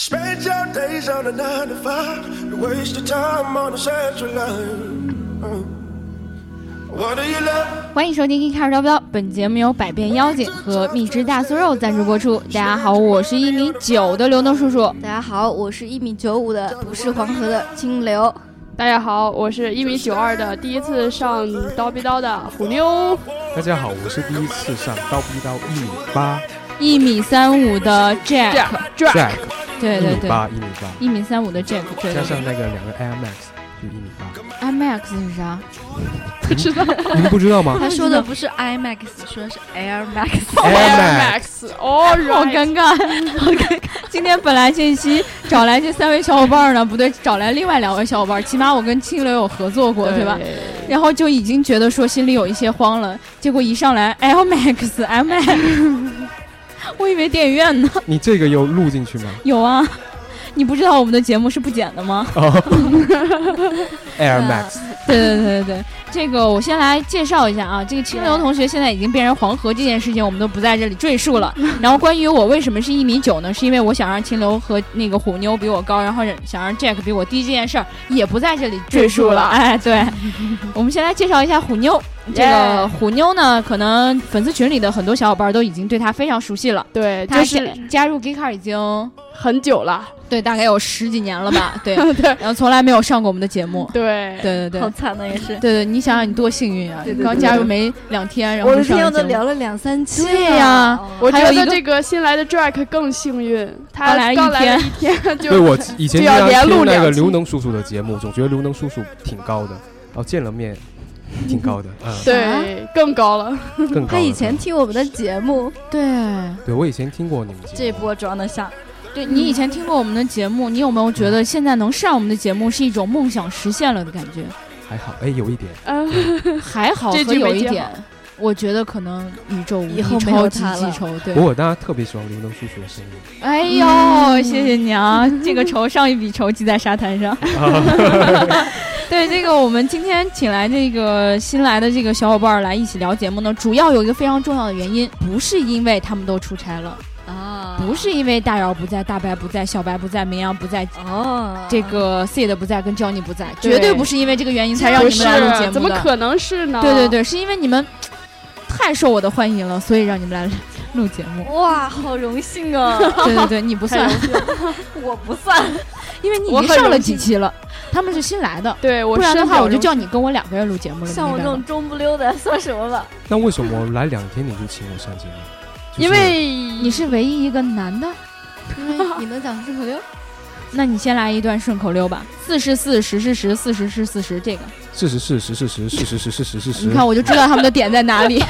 Spent your days on a nine to five, to waste your time on the central line. Uh, What do you love? 欢迎收听《一开始叨不叨》，本节目由百变妖精和蜜汁大酥肉赞助播出。大家好，我是一米九的刘能叔叔。大家好，我是一米九五的，不是黄河的清流。大家好，我是一米九二的，第一次上刀逼刀的虎妞。大家好，我是第一次上刀逼刀一米八一米三五的 Jack， Jack Jack， Jack，对对一米对，八一米八，一米三五的 Jack，对加对上那个两个 Air Max 就一米 八，对。IMAX 是啥？不知道你们不知道吗 他说的不是 IMAX，说的是 Air Max。 ？Air Max， Max，哦，好尴尬，好尴尬！今天本来这一期找来这三位小伙伴呢，不对，找来另外两位小伙伴，起码我跟清流有合作过，对吧？？然后就已经觉得说心里有一些慌了，结果一上来 L Max M X，我 以为电影院呢。你这个有录进去 吗？有啊，你不知道我们的节目是不剪的吗？哦，Air Max， 对对对对对，这个我先来介绍一下啊，这个清流同学现在已经变成黄河这件事情，我们都不在这里赘述 了。然后关于我为什么是一米九呢？是因为我想让清流和那个虎妞比我高，然后想让 Jack 比我低这件事儿，也不在这里赘述了。 哎，对，我们先来介绍一下虎妞。这个 Yeah 虎妞呢，可能粉丝群里的很多小伙伴都已经对她非常熟悉了。对，她就是加加入 g i k a r 已经很久了。对，大概有十几年 了吧？对，对然后从来没有上过我们的节目。对对对 对哎好，惨啊的也是。对对，你想想你多幸运啊！对对你对刚加入没两天，然后我的就上天，我了都节聊目。了两三期了。哦对呀我我觉还有一得个这个新来的 Jack 更幸运，他刚来一刚来了天一天对就我以前就经要常连录听那两个期刘能叔叔的节目，总觉得刘能叔叔挺高的，哦，见了面挺高的，嗯，对更高了。更高了。他以前听我们的节目，对，对我以前听过你们节目，这波装得像。对你以前听过我们的节目，你有没有觉嗯得现在能上我们的节目是一种梦想实现了的感 觉？还好，哎，有一点，嗯，还好这和句有没一接点，我觉得可能宇宙无以敌后没超有级他记了仇。对不，过我当然特别喜欢刘能叔叔的声音。哎呦，嗯谢谢你啊！这个仇上一笔仇记在沙滩 上。对，这个我们今天请来这个新来的这个小伙伴儿来一起聊节目呢，主要有一个非常重要的原因，不是因为他们都出差了，啊不是因为大姚不在、大白不在、小白不在、绵羊不在。哦，。这个 Sid 不在，跟 Johnny 不在，对绝对不是因为这个原因才让不你们来录节是，啊目怎么的可能啊是呢？对对对，是因为你们太受我的欢迎了，所以让你们来录节目 哇，好荣幸 哦！对对对，你不算太荣，幸了，我不算，因为你已我经很上了荣几幸期了，他们是新来的，对我不然的深话表我就荣叫你跟我两个人录节目了。像我你这明白吗种中不溜的算什么了？那为什么来两天你就请我上节目？就是因为你是唯一一个男的，因为你能讲顺口溜，那你先来一段顺口溜吧，四是四，十是十，四十是四十，这个事实事实事实事实事实事实事实。你看我就知道他们的点在哪里。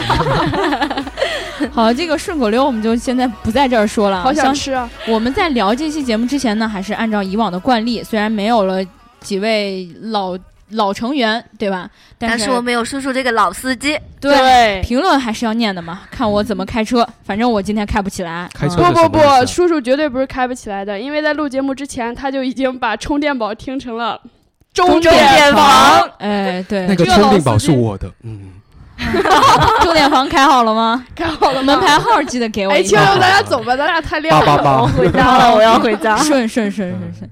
好，这个顺口溜我们就现在不在这儿说了啊。好想像吃啊，我们在聊这期节目之前呢，还是按照以往的惯例，虽然没有了几位老老成员，对吧？但是们有叔叔这个老司机。对评论还是要念的嘛，看我怎么开车。反正我今天开不起来。开车嗯不不什么意思不，啊叔叔绝对不是开不起来的，因为在录节目之前，他就已经把充电宝听成了中嗯电电房。哎，对，那这个个充电老宝司是机我的，嗯，充电房开好了 吗？开好了吗门牌号记得给我哎，一亲下。友，咱俩走吧，咱俩太亮八八了。八，回家了， 我要回家顺顺顺顺嗯顺，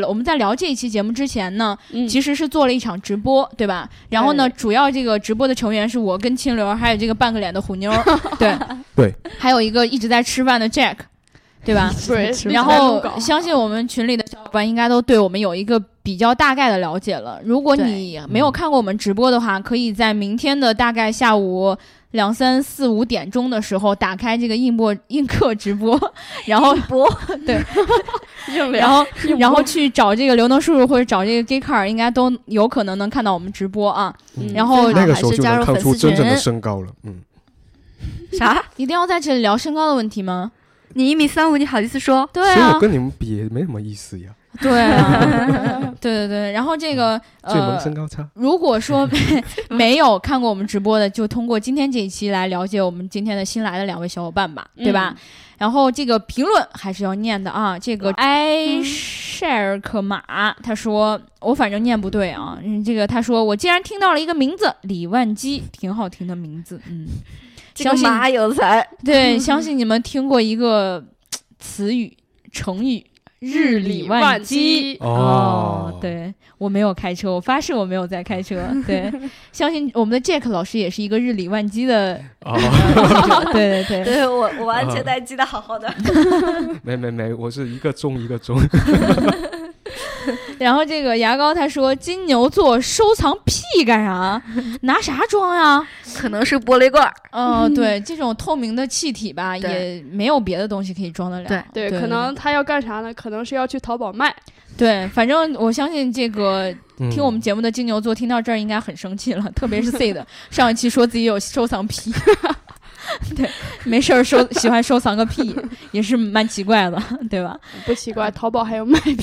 呃，我们在聊这一期节目之前呢，嗯其实是做了一场直播，对吧？然后呢，主要这个直播的成员是我跟清流，还有这个半个脸的虎妞儿，对对，还有一个一直在吃饭的 Jack，对吧？对，然录后稿相信我们群里的小伙伴应该都对我们有一个比较大概的了解了。如果你没有看过我们直播的话，可以在明天的大概下午两三四五点钟的时候打开这个映播映客直播，然后播，硬然聊，后 硬然后聊去找这个刘能叔叔或者找这个 Gay Car，应该都有可能能看到我们直播啊。嗯然后那个还时候是就加能入看粉出丝真正的群身高了，嗯，啥？啊一定要在这里聊身高的问题吗？你一米三五，你好意思说？对所以啊我，跟你们比也没什么意思呀，对 啊，对对对。然后这个嗯这门呃，身高差，如果说没有看过我们直播的，就通过今天这一期来了解我们今天的新来的两位小伙伴吧，对吧？然后这个评论还是要念的啊。这个埃舍尔克马他说，我反正念不对啊。嗯，这个他说我竟然听到了一个名字李万基，挺好听的名字，嗯，这个相信马有才，对，相信你们听过一个词语成语。日理万机。哦，，对我没有开车，我发誓我没有在开车。对，相信我们的 Jack 老师也是一个日理万机的，哦， 对对对，对我我完全在记得好好的。没没没，我是一个中一个中，然后这个牙膏他说金牛座收藏屁干啥？拿啥装呀？可能是玻璃罐儿，嗯、对，这种透明的气体吧，对也没有别的东西可以装得了。对对，可能他要干啥呢？可能是要去淘宝卖。对，反正我相信这个嗯 听我们节目的金牛座听到这儿应该很生气了，特别是 C 的上一期说自己有收藏癖，对，没事儿收喜欢收藏个屁也是蛮奇怪的，对吧？嗯不奇怪，淘宝还有卖 批。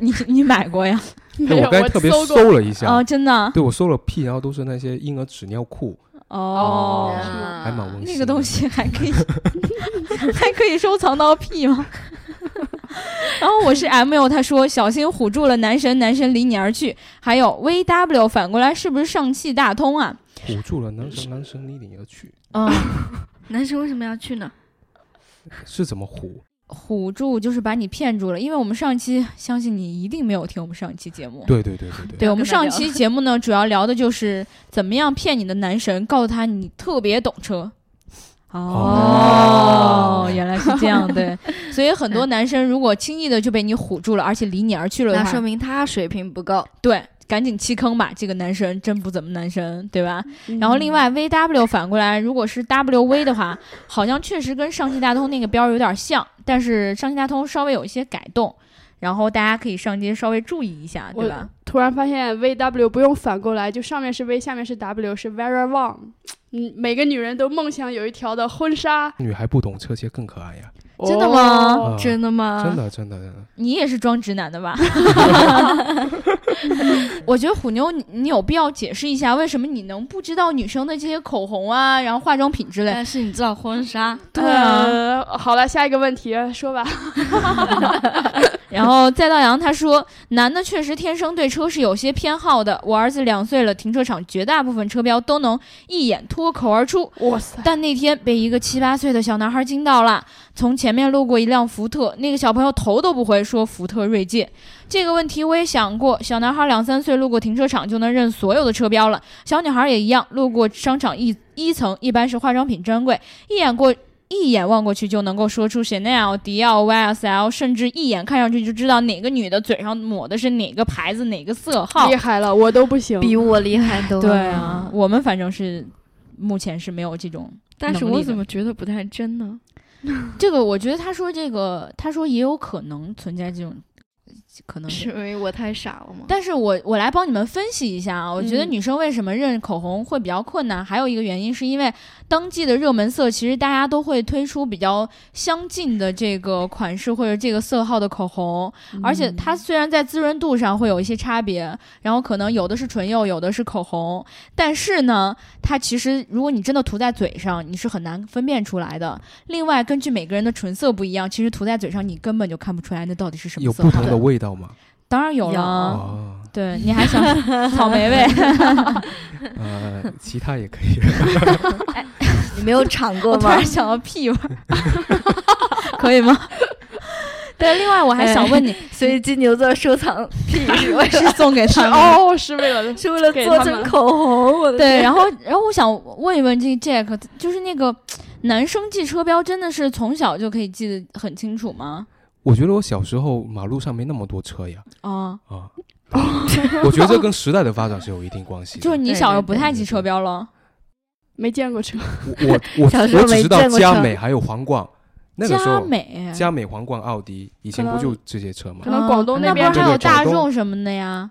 你你买过呀？没对有，哎我刚才特别搜过。搜了一啊、下，真的对我搜了屁，然后都是那些婴儿纸尿裤，哦。是吗还蛮温馨的。那个东西还可以，还可以收藏到屁吗？ 然后我是 M L，他说小心唬住了男神，男神离你而去。还有 V W 反过来是不是上汽大通啊？唬住了男神，男神离你而去，嗯，男生为什么要去呢？是怎么唬？唬住就是把你骗住了，因为我们上期相信你一定没有听我们上一期节目。对对对对对，对，我们不要上跟他期节目呢，主要聊的就是怎么样骗你的男神，告诉他你特别懂车。哦哦，原来是这样， 对。所以很多男生如果轻易的就被你唬住了，而且离你而去了的那说话，明他水平不够。对，赶紧弃坑吧。这个男神真不怎么男神，对吧？然后另外 V W 反过来，如果是 W V 的话，好像确实跟上汽大通那个标儿有点像，但是上汽大通稍微有一些改动，然后大家可以上街稍微注意一下，对我吧？突然发现 V W 不用反过来，就上面是 V，下面是 W，是 Vera Wang。嗯，每个女人都梦想有一条的婚纱。女孩不懂车，其实更可爱呀，真的吗哦啊真的吗？真的真的真的，你也是装直男的吧？我觉得虎妞，你你有必要解释一下，为什么你能不知道女生的这些口红啊，然后化妆品之类？但是你知道婚纱，对啊，呃好了，下一个问题说吧。 然后再到阳，他说男的确实天生对车是有些偏好的。我儿子两岁了，停车场绝大部分车标都能一眼脱口而出，哇塞，但那天被一个七八岁的小男孩惊到了，从前面路过一辆福特，那个小朋友头都不回说福特锐界。这个问题我也想过，小男孩两三岁路过停车场就能认所有的车标了，小女孩也一样，路过商场一一层一般是化妆品专柜，一眼过。一眼望过去就能够说出 Chanel、迪奥、YSL，甚至一眼看上去就知道哪个女的嘴上抹的是哪个牌子、哪个色号厉。害了，我都不行。比我厉害多了。对啊，，我们反正是目前是没有这种但是能力我的怎么觉得不太真呢？这个我觉得他说这个，他说也有可能存在这种可能是性。因为我太傻了吗？但是我我来帮你们分析一下啊，我觉得嗯女生为什么认口红会比较困难，还有一个原因是因为当季的热门色，其实大家都会推出比较相近的这个款式或者这个色号的口红，而且它虽然在滋润度上会有一些差别，然后可能有的是唇釉，有的是口红，但是呢，它其实如果你真的涂在嘴上，你是很难分辨出来的。另外，根据每个人的唇色不一样，其实涂在嘴上你根本就看不出来那到底是什么有色不号同。的味道嘛？当然有了，啊，对，你还想草莓 味？呃，其他也可以。 你没有尝 我过突吗然？想到屁味儿， 可以吗？对，另外我还想问你，所以金牛座收藏癖是为 是送给是他们吗？哦，是为了是为了给做他成们口红，我的对，天然后然后我想问一问这个 Jack，就是那个男生记车标，真的是从小就可以记得很清楚吗？我觉得我小时候马路上没那么多车呀，啊，啊，我觉得这跟时代的发展是有一定关系的。就是你小时候不太对记对车标了。没见 过车。我我我小时候我只知道没见过车佳美还有皇冠，那个时佳候美，啊佳美、皇冠、奥迪，以前可不能就这些车吗可？能广嗯东那边不是还有对对广大东众什么的呀？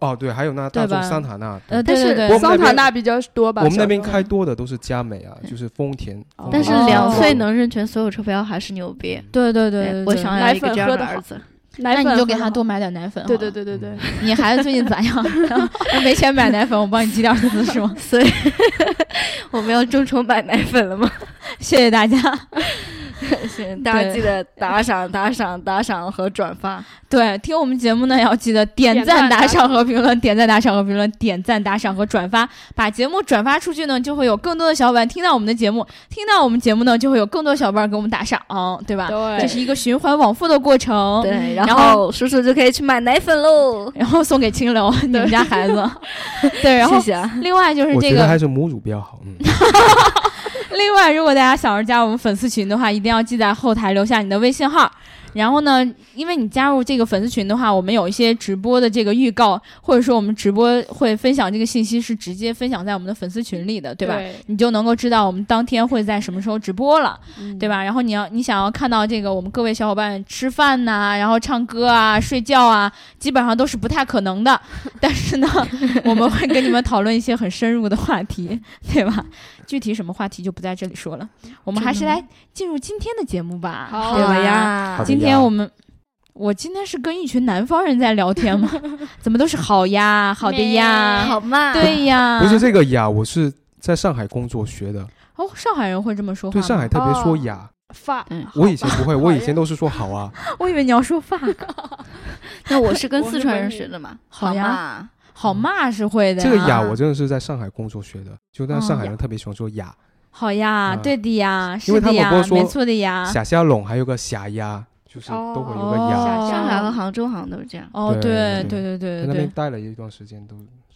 哦，对，还有那大对众吧桑塔纳，对呃，但对对是对嗯我，们那桑塔边纳比较多吧。我们那边小时候开多的都是佳美啊，就是丰田。哦丰但是田两哦岁能认全所有车标还是牛逼。对对对哎对，我对想要一个奶粉这样喝的得好儿子。奶那粉你就喝给得他好多买嗯点奶粉。对对，对对对，你孩子最近咋 样？没钱买奶粉，我帮你寄点资是 吗？ 所以我们要众筹买奶粉了吗？谢谢大家。 行，大家对记得打赏、打赏、打赏和转发。 对，听我们节目呢，要记得点点赞、赞打打赏和评论，点赞、打赏和评论，点赞、打赏和转发，把节目转发出去呢，就会有更多的小伙伴听到我们的节目，听到我们节目呢，就会有更多小伙伴给我们打赏，对吧？对这是一个循环往复的过程。对，哦嗯然然后叔叔就可以去买奶粉喽。 然后送给清流你们家孩子， 对，然后谢谢啊，另外就是我这觉得个还是母乳比较好。嗯， 另外，如果大家想要加我们粉丝群的话，一定要记在后台留下你的微信号。然后呢，因为你加入这个粉丝群的话，我们有一些直播的这个预告，或者说我们直播会分享这个信息是直接分享在我们的粉丝群里的，对吧？你就能够知道我们当天会在什么时候直播了，对吧？然后你要你想要看到这个我们各位小伙伴吃饭呐、然后唱歌啊、睡觉啊，基本上都是不太可能的。但是呢，我们会跟你们讨论一些很深入的话题， 对吧？具体什么话题就不在这里说了，我们还是来进入今天的节目吧，啊好对吧？好呀的今天我们。我今天是跟一群南方人在聊天吗？怎么都是好呀，好的呀，啊好嘛，对呀。不是这个雅，我是在上海工作学的，哦，上海人会这么说话对吗？上海特别说雅。发嗯我以前不会，我以前都是说好啊，我以为你要说法语，那我是跟我是四川人本地学的嘛，好好呀嘛，好骂是会的呀。嗯这个雅我真的是在上海工作学的，就但上海嗯人特别喜欢说雅，好呀，嗯对的呀，因是为他的们呀不是，说没错的呀。霞霞拢还有个霞鸭，就是都会有个啊哦雅。上海和杭州好像都是这样。哦，对对对对在对那对边对。待了一段时间都。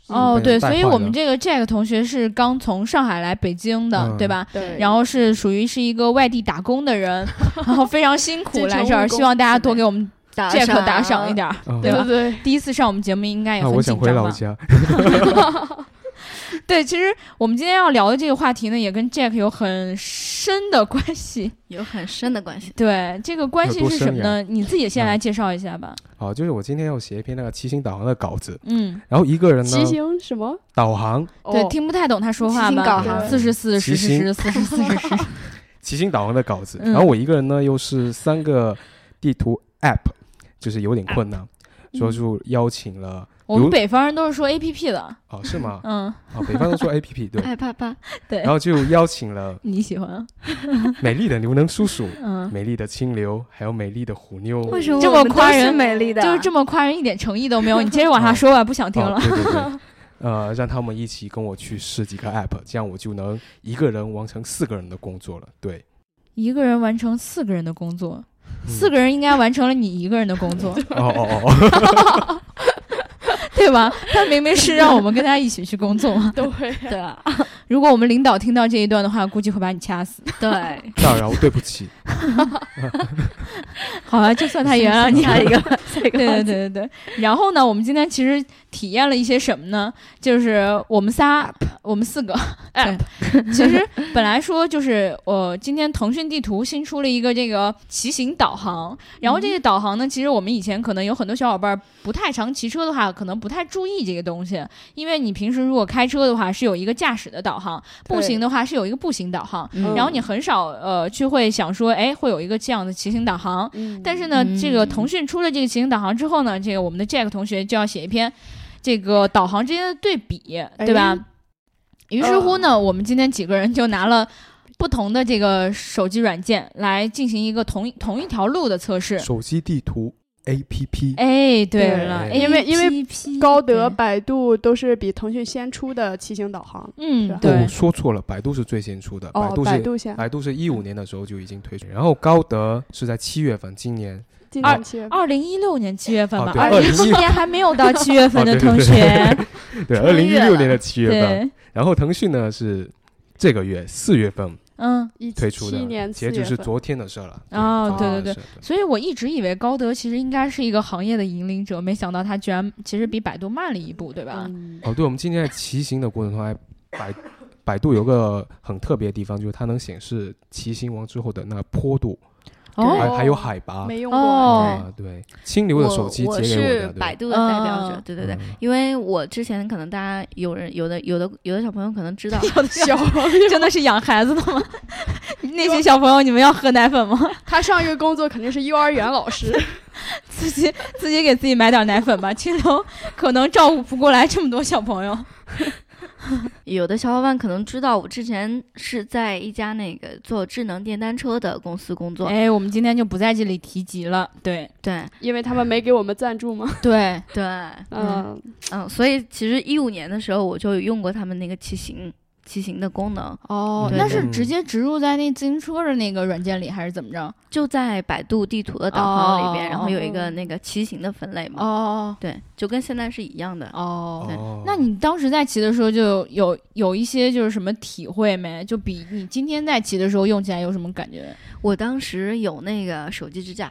哦，被对，人带所以坏我们了这个 Jack 同学是刚从上海来北京的，嗯对吧？对然后是属于是一个外地打工的 人，然后非常辛苦进城来这儿，务工希望大家多给我们打 Jack 啊打赏一点儿。嗯对对吧对对，第一次上我们节目应该也啊，很我紧想回张吧老？家。 对，其实我们今天要聊的这个话题呢，也跟 Jack 有很深的关系。有很深的关系。对，这个关有系多是深什么呢？你自己先嗯来介绍一下吧。好，就是我今天要写一篇那个骑行导航的稿子，嗯，然后一个人呢骑行什么？导航对，哦听不太懂他说话骑行导吧？航四十四十骑十十行四十 四十 十，骑行导航的稿子，嗯然后我一个人呢又是三个地图 app，就是有点困难，所以就邀请了嗯我们如北方人都是说 A P P 的，哦 是吗？嗯，哦，北方都说 app 对，爱啪啪， 对然，后就邀请了你喜欢，美丽的刘能叔叔、嗯，美丽的清流，还有美丽的虎妞。为什么这我么们夸都是人美丽的，啊就是这么夸人，一点诚意都没有。你接 着往下说吧，不想听哦了。对对对， 呃，让他们一起跟我去试几个 app，这样我就能一个人完成四个人的工作了。对，一个人完成四个人的工作，嗯四个人应该完成了你一个人的工 作， 哦哦哦哦，对吧？他明明是让我们跟他一起去工作 嘛。 对， 对啊如果我们领导听到这一段的话，估计会把你掐死。对，大饶哦对不起，好吧，就算他原谅你下了一。个， 下 对一个，对，对对对。然后呢，我们今天其实体验了一些什么呢？就是我们仨，我们四个 app。其实本来说就是呃，今天腾讯地图新出了一个这个骑行导航，然后这个导航呢，其实我们以前可能有很多小伙伴不太常骑车的话，可能不太注意这个东西，因为你平时如果开车的话是有一个驾驶的导航，步行的话是有一个步行导航。嗯然后你很少呃去会想说，哎，会有一个这样的骑行导航，嗯但是呢，嗯这个腾讯出了这个骑行导航之后呢，这个我们的 Jack 同学就要写一篇这个导航之间的对比，哎对吧？于是乎哦呢，我们今天几个人就拿了不同的这个手机软件来进行一个同一同一条路的测试。手机地图 app，哎，对了，对因为因为 APP 高德、对百度都是比腾讯先出的骑行导航。是嗯，吧哦对我，说错了，百度是最先出的，哦，度百是。度先，百度是一五年的时候就已经推出，然后高德是在七月份，今年今二年七月份二零一六年七月份吧哦，对二零今年还没有到七月份的哦对同对对学，对二穿零一越六了年的七月份，对，然后腾讯呢是这个月四月份嗯。一推出七的，年截四止月是份。昨天的事了。哦昨天对对对的事对，所以我一直以为高德其实应该是一个行业的引领者，没想到它居然其实比百度慢了一步，对吧？嗯哦，对，我们今天在骑行的过程中，还百百度有个很特别的地方，就是它能显示骑行完之后的那坡度，还哦，还有海拔。没用哦过，啊，对，清流的手我机我借给是我的，百对度的代嗯表者，对对对嗯，因为我之前可能大家有人有的有的有的小朋友可能知道， 小朋友真的是养孩子的 吗？那些小朋友，你们要喝奶粉吗？ 他上一个工作肯定是幼儿园老师，自己自己给自己买点奶粉吧，清流可能照顾不过来这么多小朋友。有的小伙伴可能知道，我之前是在一家那个做智能电单车的公司工作。哎，我们今天就不在这里提及了。对对因为他们没给我们赞助嘛。 对，对，嗯，嗯，所以其实一五年的时候我就有用过他们那个骑行骑行的功能，哦，对那对是对直接植入在那自行车的那个软件里，还是怎么着？就在百度地图的导航里边，哦然后有一个那个骑行的分类嘛。哦对，就跟现在是一样的。哦。哦，那你当时在骑的时候，就有有一些就是什么体会没？就比你今天在骑的时候用起来有什么感觉？我当时有那个手机支架，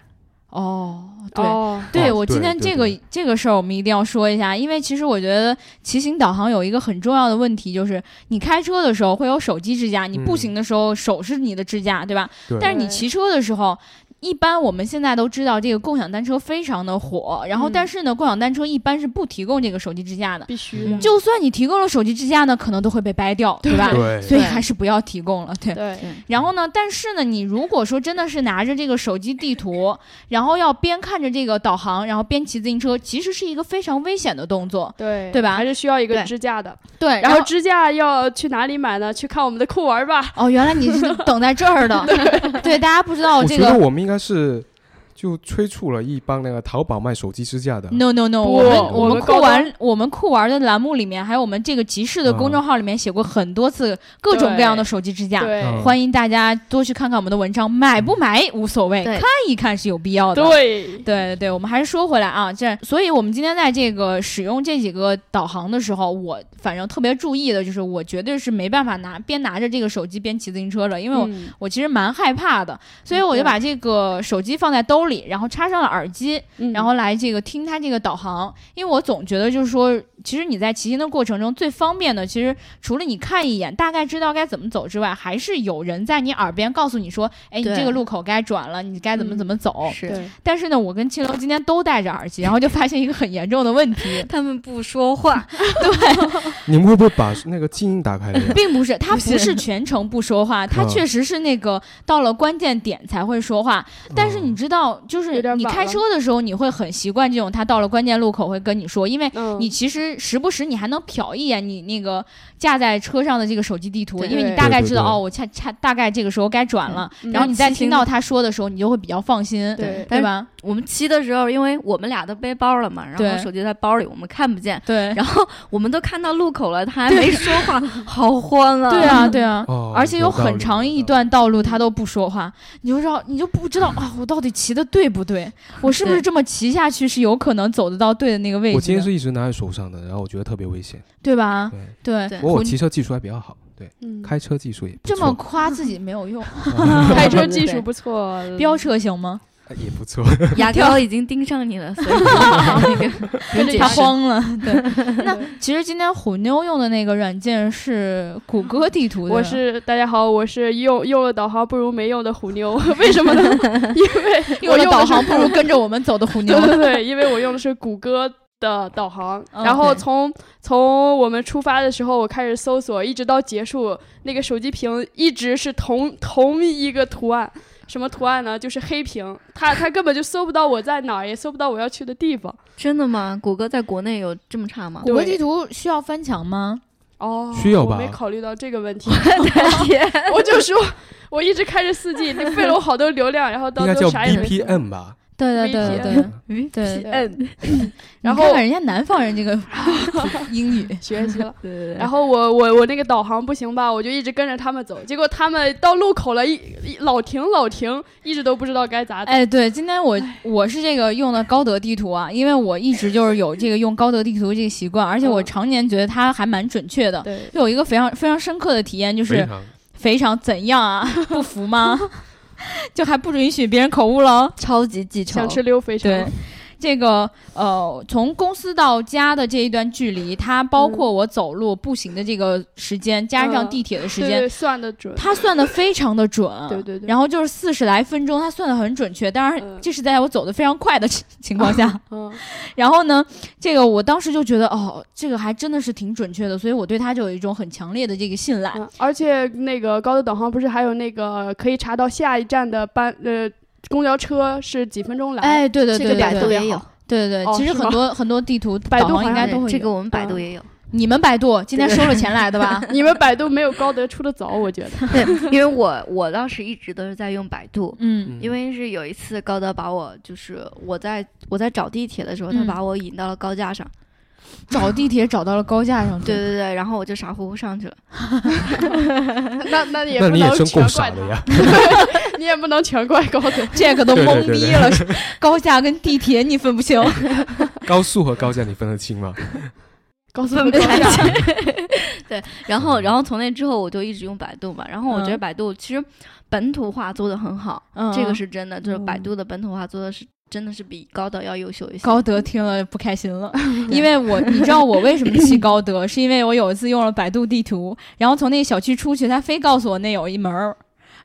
哦，对，哦对，哦我今对天对这个对这个事儿我们一定要说一下，因为其实我觉得骑行导航有一个很重要的问题，就是你开车的时候会有手机支架，你步嗯行的时候手是你的支架，对吧？对但是你对骑车的时候。一般我们现在都知道这个共享单车非常的火，然后嗯但是呢，共享单车一般是不提供这个手机支架的，必须的。就算你提供了手机支架呢，可能都会被掰掉，对吧？对所以对还是不要提供了，对。对，然后呢，但是呢，你如果说真的是拿着这个手机地图，然后要边看着这个导航，然后边骑自行车，其实是一个非常危险的动作。对对吧还是需要一个对支架的。对然后支架要去哪里买呢？去看我们的酷玩吧。哦，原来你是等在这儿的，对，大家不知道我这觉得个。我们应该是就催促了一帮那个淘宝卖手机支架的， No no no，不我们我们们酷高玩我们酷玩的栏目里面，还有我们这个集市的公众号里面写过很多次各种各样的手机支架，对嗯欢迎大家多去看看我们的文章，买不买无所谓，对看一看是有必要的。对对对对，我们还是说回来啊，这所以我们今天在这个使用这几个导航的时候，我反正特别注意的就是，我绝对是没办法拿边拿着这个手机边骑自行车的，因为我、嗯我其实蛮害怕的，所以我就把这个手机放在兜里，然后插上了耳机，嗯然后来这个听它这个导航，因为我总觉得就是说，其实你在骑行的过程中最方便的，其实除了你看一眼大概知道该怎么走之外，还是有人在你耳边告诉你说，哎，你对这个路口该转了，你该怎么嗯怎么走。是，对但是呢，我跟青楼今天都戴着耳机，然后就发现一个很严重的问题 他们不说话，你们会不会把那个静音打开了 呀？并不是他是不 是全程不说话，他嗯确实是那个到了关键点才会说话。但是你嗯知道，就是有点晚你开了车的时候，你会很习惯这种他到了关键路口会跟你说，因为。嗯你其实时不时你还能瞟一眼你那个架在车上的这个手机地图，对因为你对大概对知道对对哦，我恰恰大概这个时候该转了，嗯然后你再骑行听到他说的时候，你就会比较放心，对对吧？ 我们骑的时候，因为我们俩都背包了嘛，然对后手机在包里，我们看不见。对，然后我们都看到路口了，他还没说话， 好慌啊！对啊，对啊，哦而且有有道很理长有一道段道路他都不说话，你就知道，你就不知道啊，我到底骑的对不对？我是不是对这么骑下去是有可能走得到对的那个位置的？啊我今天是一直拿在手上的，然后我觉得特别危险。对吧？对，对，对不过我我骑车技术还比较好，对，嗯开车技术也不这么错夸自己没有用，开车技术不错，飙车行吗？啊也不错。牙膏已经盯上你了，所以那个不用解他释。慌了。 对，那其实今天虎妞用的那个软件是谷歌地图的，我 是大家好，我是用用了导航不如没用的虎妞， 为什么呢？因为用我了用的导是航不如跟着我们走的虎妞 对。对对，因为我用的是谷歌的导航，嗯然后对从从我们出发的时候，我开始搜索，一直到结束，那个手机屏一直是同 同一个图案。什么图案呢？就是黑屏，它它根本就搜不到我在哪儿，也搜不到我要去的地方。真的吗？谷歌在国内有这么差吗？谷歌地图需要翻墙吗？哦，需要吧我没考虑到这个问题， 天，我就说我一直开着四 G，你费了我好多流量，然后应到该最叫后啥也没搜。 BPM 吧？对对对对对。对嗯，然然后后看看人家南方人这个英语，学习了。对对对然后我我我那个导航不行吧，我就一直跟着他们走，结果他们到路口了，一一老停老停，一直都不知道该咋走。哎，对，今天我我是这个用的高德地图啊，因为我一直就是有这个用高德地图这个习惯，而且我嗯常年觉得它还蛮准确的。对，就有一个非常非常深刻的体验，就是非常肥肠怎样啊？不服吗？ 就还不允许别人口误喽？超级记仇想，吃溜肥肠。对，这个呃，从公司到家的这一段距离，它包括我走路、步行的这个时间，加上嗯地铁的时对间，对算的准。它算的非常的准。对对对然后就是四十来分钟，它算的很准确。当然，嗯这是在我走的非常快的 情况 下。嗯，然后呢，这个我当时就觉得，哦，这个还真的是挺准确的，所以我对它就有一种很强烈的这个信赖。嗯而且那个高德导航不是还有那个可以查到下一站的班呃公交车是几分钟来？，哎，对对这对个对百对度也对对对，哦其实是吗很多很多地图百导度航好应该像都会这个有我们百度也有，你们百度今天收了钱来的 吧？你们百度没有高德出的早，我觉得。对，因为我我当时一直都是在用百度，嗯，因为是有一次高德把我就是我在我在找地铁的时候，他嗯把我引到了高架上，找地铁找到了高架上去。对对对，然后我就傻乎乎上去了，那那 你也那不你也能真够全怪傻的他，呀！ 你也不能全怪高德。 Jack 都对对懵对逼对了，说高架跟地铁你分不清。高速和高架你分得清吗？高速高 架，然后然后从那之后我就一直用百度嘛，然后我觉得嗯百度其实本土化做的很好，嗯，这个是真的，就是百嗯度的本土化做的是真的是比高德要优秀一些。高德听了不开心了，因为我你知道我为什么气高德，是因为我有一次用了百度地图，然后从那个小区出去，他非告诉我那有一门儿。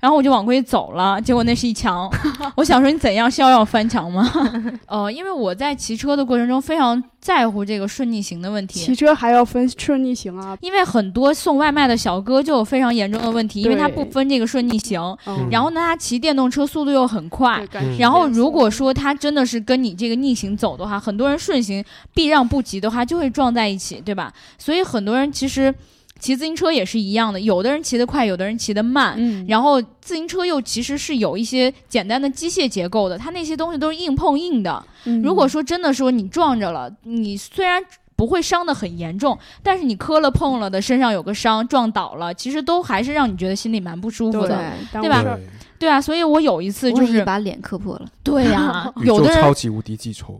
然后我就往过去走了，结果那是一墙。我想说你怎样是要要翻墙吗？ 呃，因为我在骑车的过程中非常在乎这个顺逆行的问题骑，车还要分顺逆行啊。因为很多送外卖的小哥就有非常严重的问题，因为他不对分这个顺逆行，嗯然后呢他骑电动车速度又很快对，赶时间然后，如果说他真的是跟你这个逆行走的话，很多人顺行避让不及的话，就会撞在一起，对吧？所以很多人其实骑自行车也是一样的，有的人骑得快，有的人骑得慢。嗯，然后自行车又其实是有一些简单的机械结构的，它那些东西都是硬碰硬的。嗯如果说真的说你撞着了，你虽然不会伤得很严重，但是你磕了碰了的，身上有个伤，撞倒了，其实都还是让你觉得心里蛮不舒服对的。耽误对吧事儿对对啊，所以我有一次我就已经是把脸磕破了，对呀、 宇有宙的人超级无敌记仇，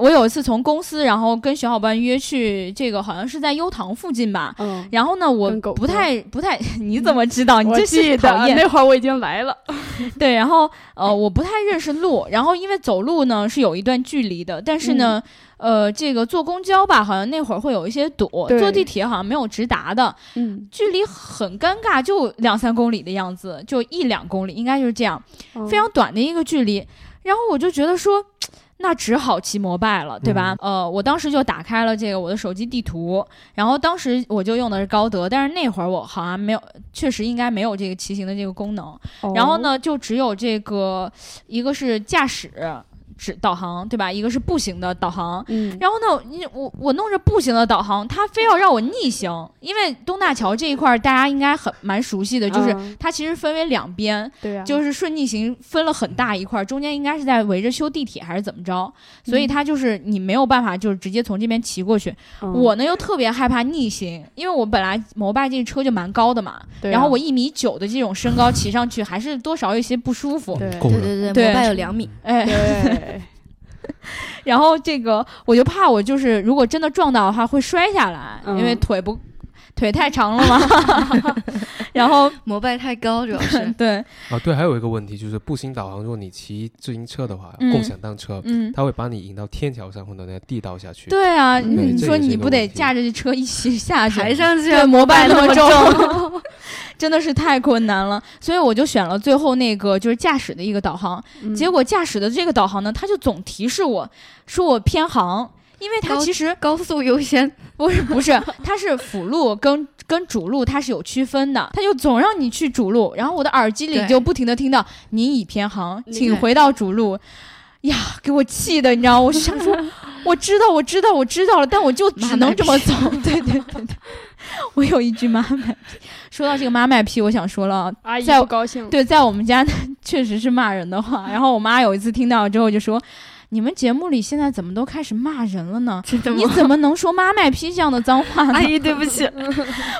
我有一次从公司，然后跟小伙伴约去这个，好像是在优唐附近吧。嗯，然后呢，我跟狗不太不 太，你怎么知道？你我真记是讨得厌。那会儿我已经来了，对，然后呃，我不太认识路，然后因为走路呢是有一段距离的，但是呢，呃，这个坐公交吧，好像那会儿会有一些堵，嗯对坐地铁好像没有直达的，嗯，距离很尴尬，就两三公里的样子，就一两公里，应该就是这样。嗯非常短的一个距离。然后我就觉得说，那只好骑摩拜了，对吧？嗯呃，我当时就打开了这个我的手机地图，然后当时我就用的是高德，但是那会儿我好像没有，确实应该没有这个骑行的这个功能。哦然后，呢，就只有这个，一个是驾驶指导航，对吧？一个是步行的导航。嗯，然后呢，你我我弄着步行的导航，它非要让我逆行，因为东大桥这一块儿大家应该很蛮熟悉的，就是嗯它其实分为两边，对啊，就是顺逆行分了很大一块儿，中间应该是在围着修地铁还是怎么着，所以嗯它就是你没有办法就是直接从这边骑过去。我呢又特别害怕逆行，因为我本来摩拜这车就蛮高的嘛，对啊然后我一米九的这种身高骑上去还是多少有些不舒服。对嗯够对了。对对对，摩拜有两米，哎， 对，然后这个我就怕我就是如果真的撞到的话会摔下来，嗯因为腿不腿太长了嘛。 然后。摩拜太高主要是 对，啊，对，还有一个问题就是步行导航，如果你骑自行车的话，嗯共享单车，嗯。它会把你引到天桥上或者那地道下去。对啊，嗯你这说也是一你个不得问题驾着这车一起下去？抬上去对，摩拜那那么么 重，真的是太困难了。所以我就选了最后那个就是驾驶的一个导航。嗯结果驾驶的这个导航呢，他就总提示我说我偏航，因为它高其实高速优先，不是不是，它是辅路跟。跟主路它是有区分的，它就总让你去主路，然后我的耳机里对就不停的听到“您已偏航，你请看回到主路”，呀，给我气的，你知道，我就想说，我知道，我知道，我知道了，但我就只能这么走。对对对对，我有一句妈卖批。说到这个妈卖批，我想说了，阿姨在不高兴，对，在我们家确实是骂人的话。然后我妈有一次听到之后就说：“你们节目里现在怎么都开始骂人了呢？真的你怎么能说妈卖批这样的脏话呢 阿姨，对不 起，？”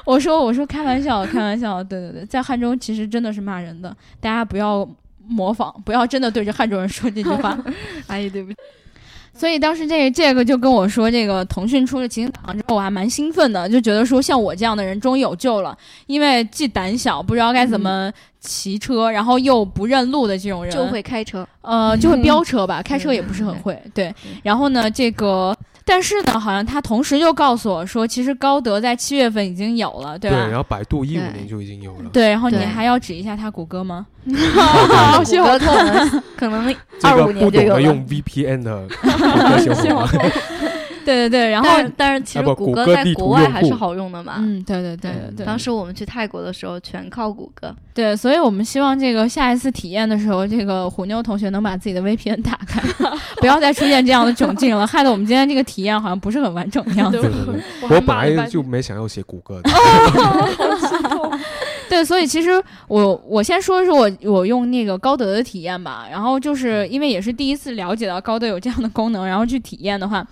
我说：“我说开玩笑，开玩笑。对对对，在汉中其实真的是骂人的，大家不要模仿，不要真的对着汉中人说这句 话。”阿姨，对不起。所以当时这这个就跟我说，这个腾讯出了骑行导航之后，我还蛮兴奋的，就觉得说像我这样的人终于有救了，因为既胆小不知道嗯该怎么骑车，然后又不认路的这种人，就会开车，呃就会嗯飙车吧，开车也不是很会。对，然后呢，这个但是呢，好像他同时又告诉我说，其实高德在七月份已经有了，对吧？然后百度一五对年就已经有了。对，然后你对还要指一下他谷歌吗？好 谷歌可能可能这二个五年就有不懂得 了。用 VPN 的谷歌小伙伴，对对对，然后但但是其啊实不谷谷歌歌在地国图外用还是户好用的嘛。嗯，对对对对对，当时我们去泰国的时候全靠谷歌。对，所以我们希望这个下一次体验的时候，这个虎妞同学能把自己的 VPN 打 开，不要再出现这样的窘境了，害得我们今天这个体验好像不是很完整的样子。 对对对对，我还我本骂了半来天就没想要写谷歌的，哦对，所以其实我我先说说我我用那个高德的体验吧，然后就是因为也是第一次了解到高德有这样的功能，然后去体验的话，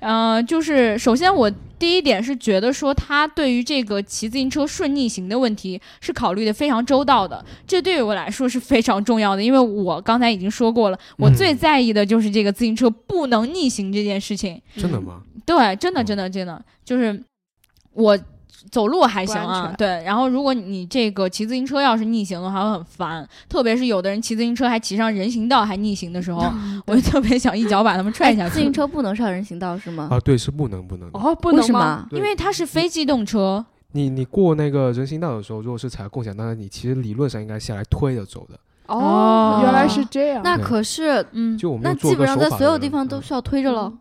呃，就是首先我第一点是觉得说它对于这个骑自行车顺逆行的问题是考虑的非常周到的，这对于我来说是非常重要的，因为我刚才已经说过了，我嗯最在意的就是这个自行车不能逆行这件事情。真的吗？对，真的，嗯真的，真的，就是我走路还行不安啊，全对。然后如果你这个骑自行车要是逆行的话，会很烦，特别是有的人骑自行车还骑上人行道还逆行的时候，我就特别想一脚把他们踹下去。哎自行，车不能上人行道是吗？啊，对，是不能不能的。哦，不为能什吗？么？嗯对因为它是非机动车，你你过那个人行道的时候，如果是踩共享单车，你其实理论上应该下来推着走的。哦原来是这样。那对可是嗯，就我们那有做基个本上手在法所有的地人方都嗯需要推着喽。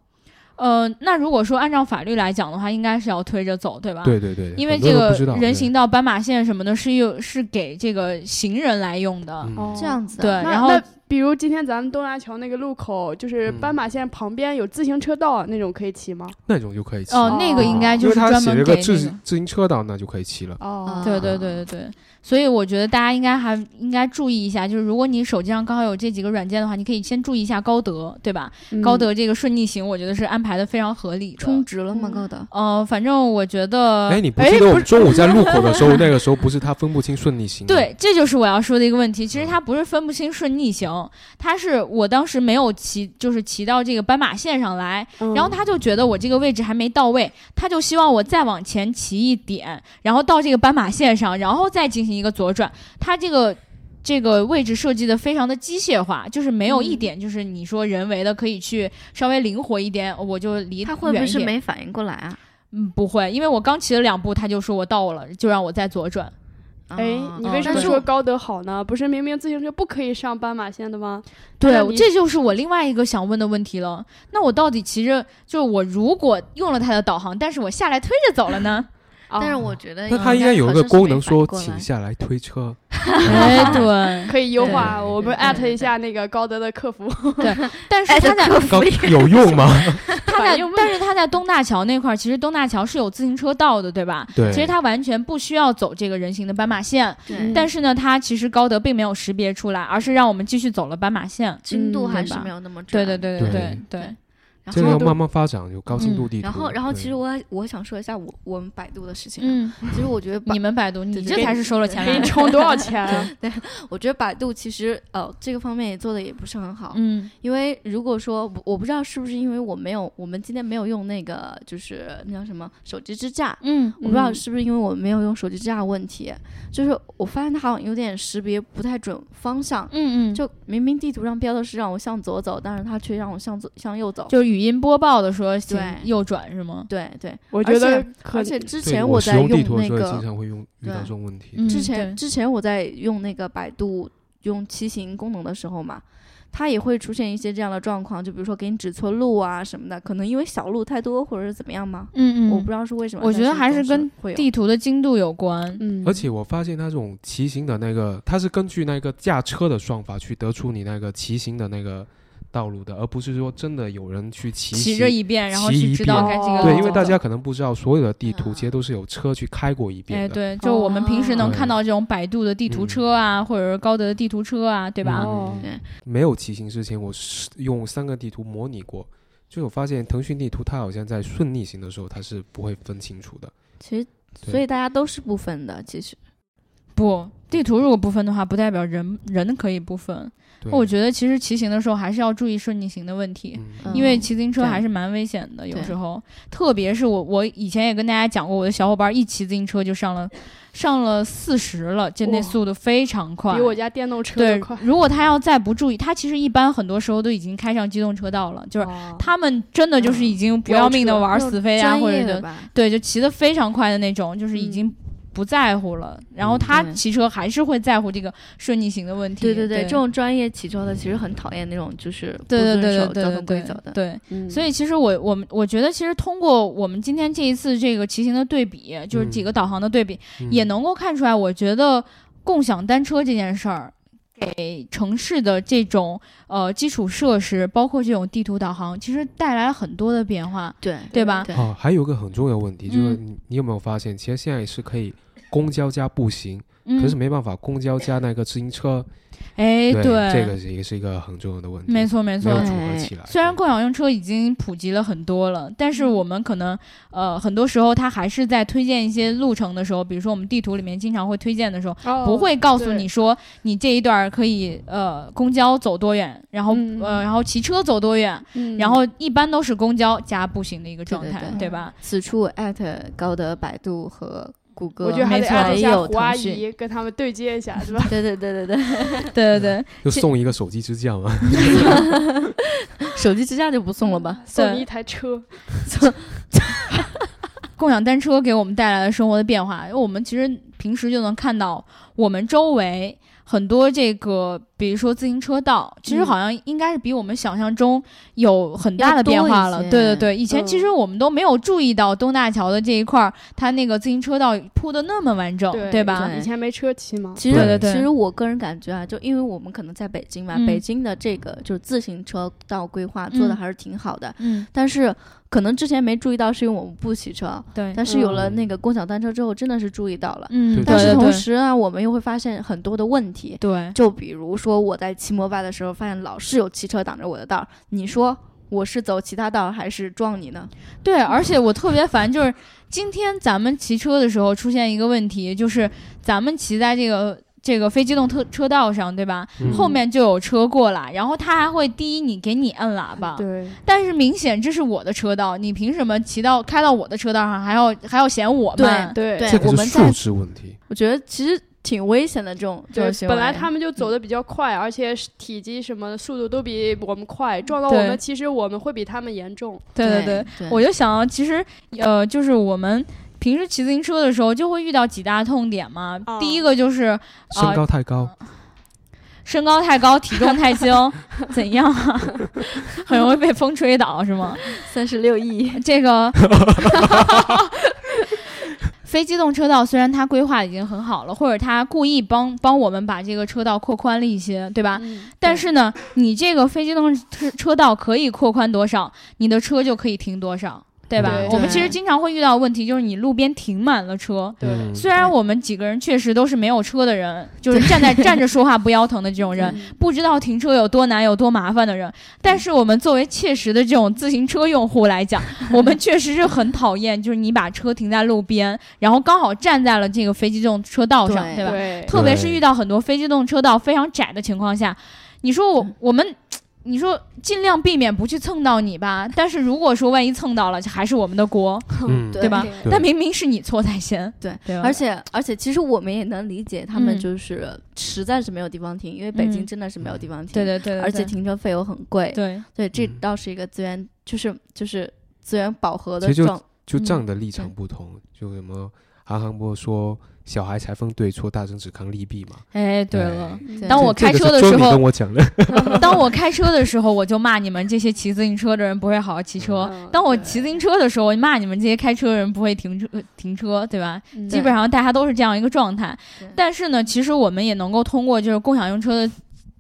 呃，那如果说按照法律来讲的话，应该是要推着走，对吧？。对对对，因为很多这人个不知道人对行道、斑马线什么的，是有是给这个行人来用的。嗯哦这样子啊。对那然后那比如今天咱们东大桥那个路口，就是嗯斑马线旁边有自行车道啊那种，可以骑吗？那种就可以骑，啊哦，那个应该因就为是他专写门了给个那自个行自行车道，那就可以骑了。哦，对对啊对对对，所以我觉得大家应该还应该注意一下，就是如果你手机上刚好有这几个软件的话，你可以先注意一下高德，对吧？嗯高德这个顺逆行，我觉得是安排的非常合理充的。值了吗？高德？呃，反正我觉得，哎，你不哎记得不我们中午在路口的时候，那个时候不是他分不清顺逆行？对，，这就是我要说的一个问题。其嗯实它不是分不清顺逆行，它是我当时没有骑，就是骑到这个斑马线上来，嗯然后他就觉得我这个位置还没到位，他就希望我再往前骑一点，然后到这个斑马线上，然后再进行一个左转。他这个这个位置设计的非常的机械化，就是没有一点就是你说人为的可以去稍微灵活一点，我就离他会不远会一是点没反应过来啊？嗯不会，因为我刚骑了两步，他就说我到了，就让我再左转。哎，你啊为什么但是说我高德好呢？不是明明自行车不可以上斑马线的吗？对那，你这就是我另外一个想问的问题了。那我到底骑着，就是我如果用了他的导航，但是我下来推着走了呢？啊但是我觉得，那他应该有一个功能说，请下来推车。哎，对。可以优化，对对对我们艾特一下那个高德的客服。 但是艾哎他特在客服刚有用吗？他反在应，但是他在东大桥那块儿，其实东大桥是有自行车道的，对吧？对，其实他完全不需要走这个人行的斑马线，嗯对 但是呢，他其实高德并没有识别出来，而是让我们继续走了斑马线。精度嗯还对是啊吧没有那么准。对对对对对对，然这个要后慢慢发展，有高精度嗯地图。然后，然后，对其实我我想说一下我我们百度的事情啊。嗯，其实我觉得百你，们百度，对你对这对才是收了钱给来你的，充多少钱啊？我觉得百度其实呃这个方面也做的也不是很好。 嗯因为如果说我我不知道是不是因为我没有，我们今天没有用那个就是那叫什么手机支架，嗯我不知道嗯是不是因为我没有用手机支架的问题，就是我发现它好像有点识别不太准方向，嗯嗯，就就明明地图上标的是让我向左走，但是它却让我向左向右走。就语音播报的说请对右转是吗？对对，我觉得而且可而且之对前我使在用地用图的那时候也经个，常会用遇到对这种问题。嗯之前对之前我在用那个百度用骑行功能的时候嘛，它也会出现一些这样的状况，就比如说给你指错路啊什么的，可能因为小路太多或者是怎么样嘛，嗯嗯，我不知道是为什么。我觉得但还是总跟会有地图的精度有关。嗯，而且我发现它这种骑行的那个，它是根据那个驾车的算法去得出你那个骑行的那个道路的，而不是说真的有人去骑骑行着一遍，然后骑去一知道遍该这个哦路对，因为大走家可能不知道，所有的地图嗯其实都是有车去开过一哎，遍的。对，就我们平时能哦看到这种百度的地图嗯车啊，或者是高德的地图车啊，对吧？哦嗯没有骑行之前，我是用三个地图模拟过，就我发现腾讯地图它好像在顺逆行的时候，它是不会分清楚的。其实，对所以大家都是不分的。其实，不，地图如果不分的话，不代表人人可以不分。对，我觉得其实骑行的时候还是要注意顺逆行的问题。嗯嗯因为骑自行车对还是蛮危险的，有对时候，特别是我，我以前也跟大家讲过，我的小伙伴一骑自行车就上了，上了四十了，就那哇速度非常快，比我家电动车对都快。。如果他要再不注意，他其实一般很多时候都已经开上机动车道了，就是哦他们真的就是已经不飙要命的车玩那种死飞啊，嗯专或者业就的吧，对，就骑得非常快的那种，就是已嗯经不在乎了，然后嗯他对骑车还是会在乎这个顺逆行的问题。对对对对，这种专业骑车的其实很讨厌那种就是不对对遵对对守交对通规对则对的。对，嗯所以其实我我们我觉得，其实通过我们今天这一次这个骑行的对比，就是几嗯个导航的对比，嗯也能够看出来，我觉得共享单车这件事儿。给城市的这种呃基础设施，包括这种地图导航，其实带来了很多的变化，对对吧？对哦，还有一个很重要的问题，就是嗯你你有没有发现，其实现在也是可以公交加步行，嗯可是，没办法，公交加那个自行车，哎，这个是也是一个很重要的问题，没，错没没错有。对组合起来。虽然对共享用车已经普及了很多了，但嗯是我们可能呃很多时候它还是在推荐一些路程的时候，比如说我们地图里面经常会推荐的时候，不会告诉哦对你说你这一段儿可以呃公交走多远，然后、嗯呃然后骑车走多远，嗯然后一般都是公交加步行的一个状对态，对吧？此处艾特高德、百度和谷歌，我觉得还没得错艾特一还下有胡阿腾讯。姨，跟他们对接一下，是吧？ 对对对对对，对对对，就送一个手机支架嘛，手机支架就不送了吧？送你一台车，共享单车给我们带来了生活的变化，因为我们其实平时就能看到我们周围。很多这个，比如说自行车道，其实嗯好像应该是比我们想象中有很大的要多变化一了。些嗯对对对，以前其实我们都没有注意到东大桥的这一块儿，它那个自行车道铺的那么完整，对吧？对以前没车骑吗？其实对对对其实我个人感觉啊，就因为我们可能在北京嘛，嗯北京的这个就是自行车道规划做的嗯还是挺好的，嗯，但是可能之前没注意到，是因为我们不骑车。对，但是有了嗯那个共享单车之后，真的是注意到了。嗯，对但是对同时啊，我们又会发现很多的问题，对就比如说我在骑摩拜的时候，发现老是有汽车挡着我的道儿，你说我是走其他道儿还是撞你呢？对，而且我特别烦，就是今天咱们骑车的时候出现一个问题，就是咱们骑在这个。这个非机动特车道上，对吧？ 嗯后面就有车过来，然后他还会第一你给你摁喇叭，嗯对，但是明显这是我的车道，你凭什么骑到开到我的车道上还要还要嫌我慢？对对这我个们是在素，质问题。我觉得其实挺危险的这种这种行为。本来他们就嗯走的比较快，而且是体积什么的速度都比我们快，撞到我对们其实我们会比他们严重。对对对，我就想到，其实呃，就是我们平时骑自行车的时候就会遇到几大痛点嘛。啊第一个就是身啊高太高，身高太高，体重太轻，怎样啊？ 很容易被风吹倒是吗？三十六亿，这 个非机动车道虽然它规划已经很好了，或者它故意帮帮我们把这个车道扩宽了一些，对吧？嗯但是呢，你这个非机动车车道可以扩宽多少，你的车就可以停多少，对吧？对我们其实对经常会遇到的问题就是你路边停满了车，对嗯虽然我们几个人确实都是没有车的人，就是站在站着说话不腰疼的这种人， 不知道停车有多难、有多麻烦的人，但是我们作为切实的这种自行车用户来讲，我们确实是很讨厌，就是你把车停在路边，然后刚好站在了这个非机动车道上，对对吧？对，特别是遇到很多非机动车道非常窄的情况下，你说我我们。你说尽量避免不去蹭到你吧，但是如果说万一蹭到了，还是我们的锅，嗯，对吧？对但明明是你错在先，对，对吧 而且而且，其实我们也能理解他们嗯就是实在是没有地方停，因为北京嗯真的是没有地方停，对对对对而且对停车费又很贵，对，对，这嗯倒是一个资源，就是就是资源饱和的其实就状，就嗯站的立场对不同，就什么韩寒波说小孩才分对错，大人只看利弊嘛。哎，对了，对当我这开个车是的周时敏候跟，我 讲的，当我开车的时候，我就骂你们这些骑自行车的人不会好好骑车；嗯当我对骑自行车的时候，我骂你们这些开车的人不会停车停车，对吧？嗯基本上大家都是这样一个状态对。但是呢，其实我们也能够通过就是共享用车的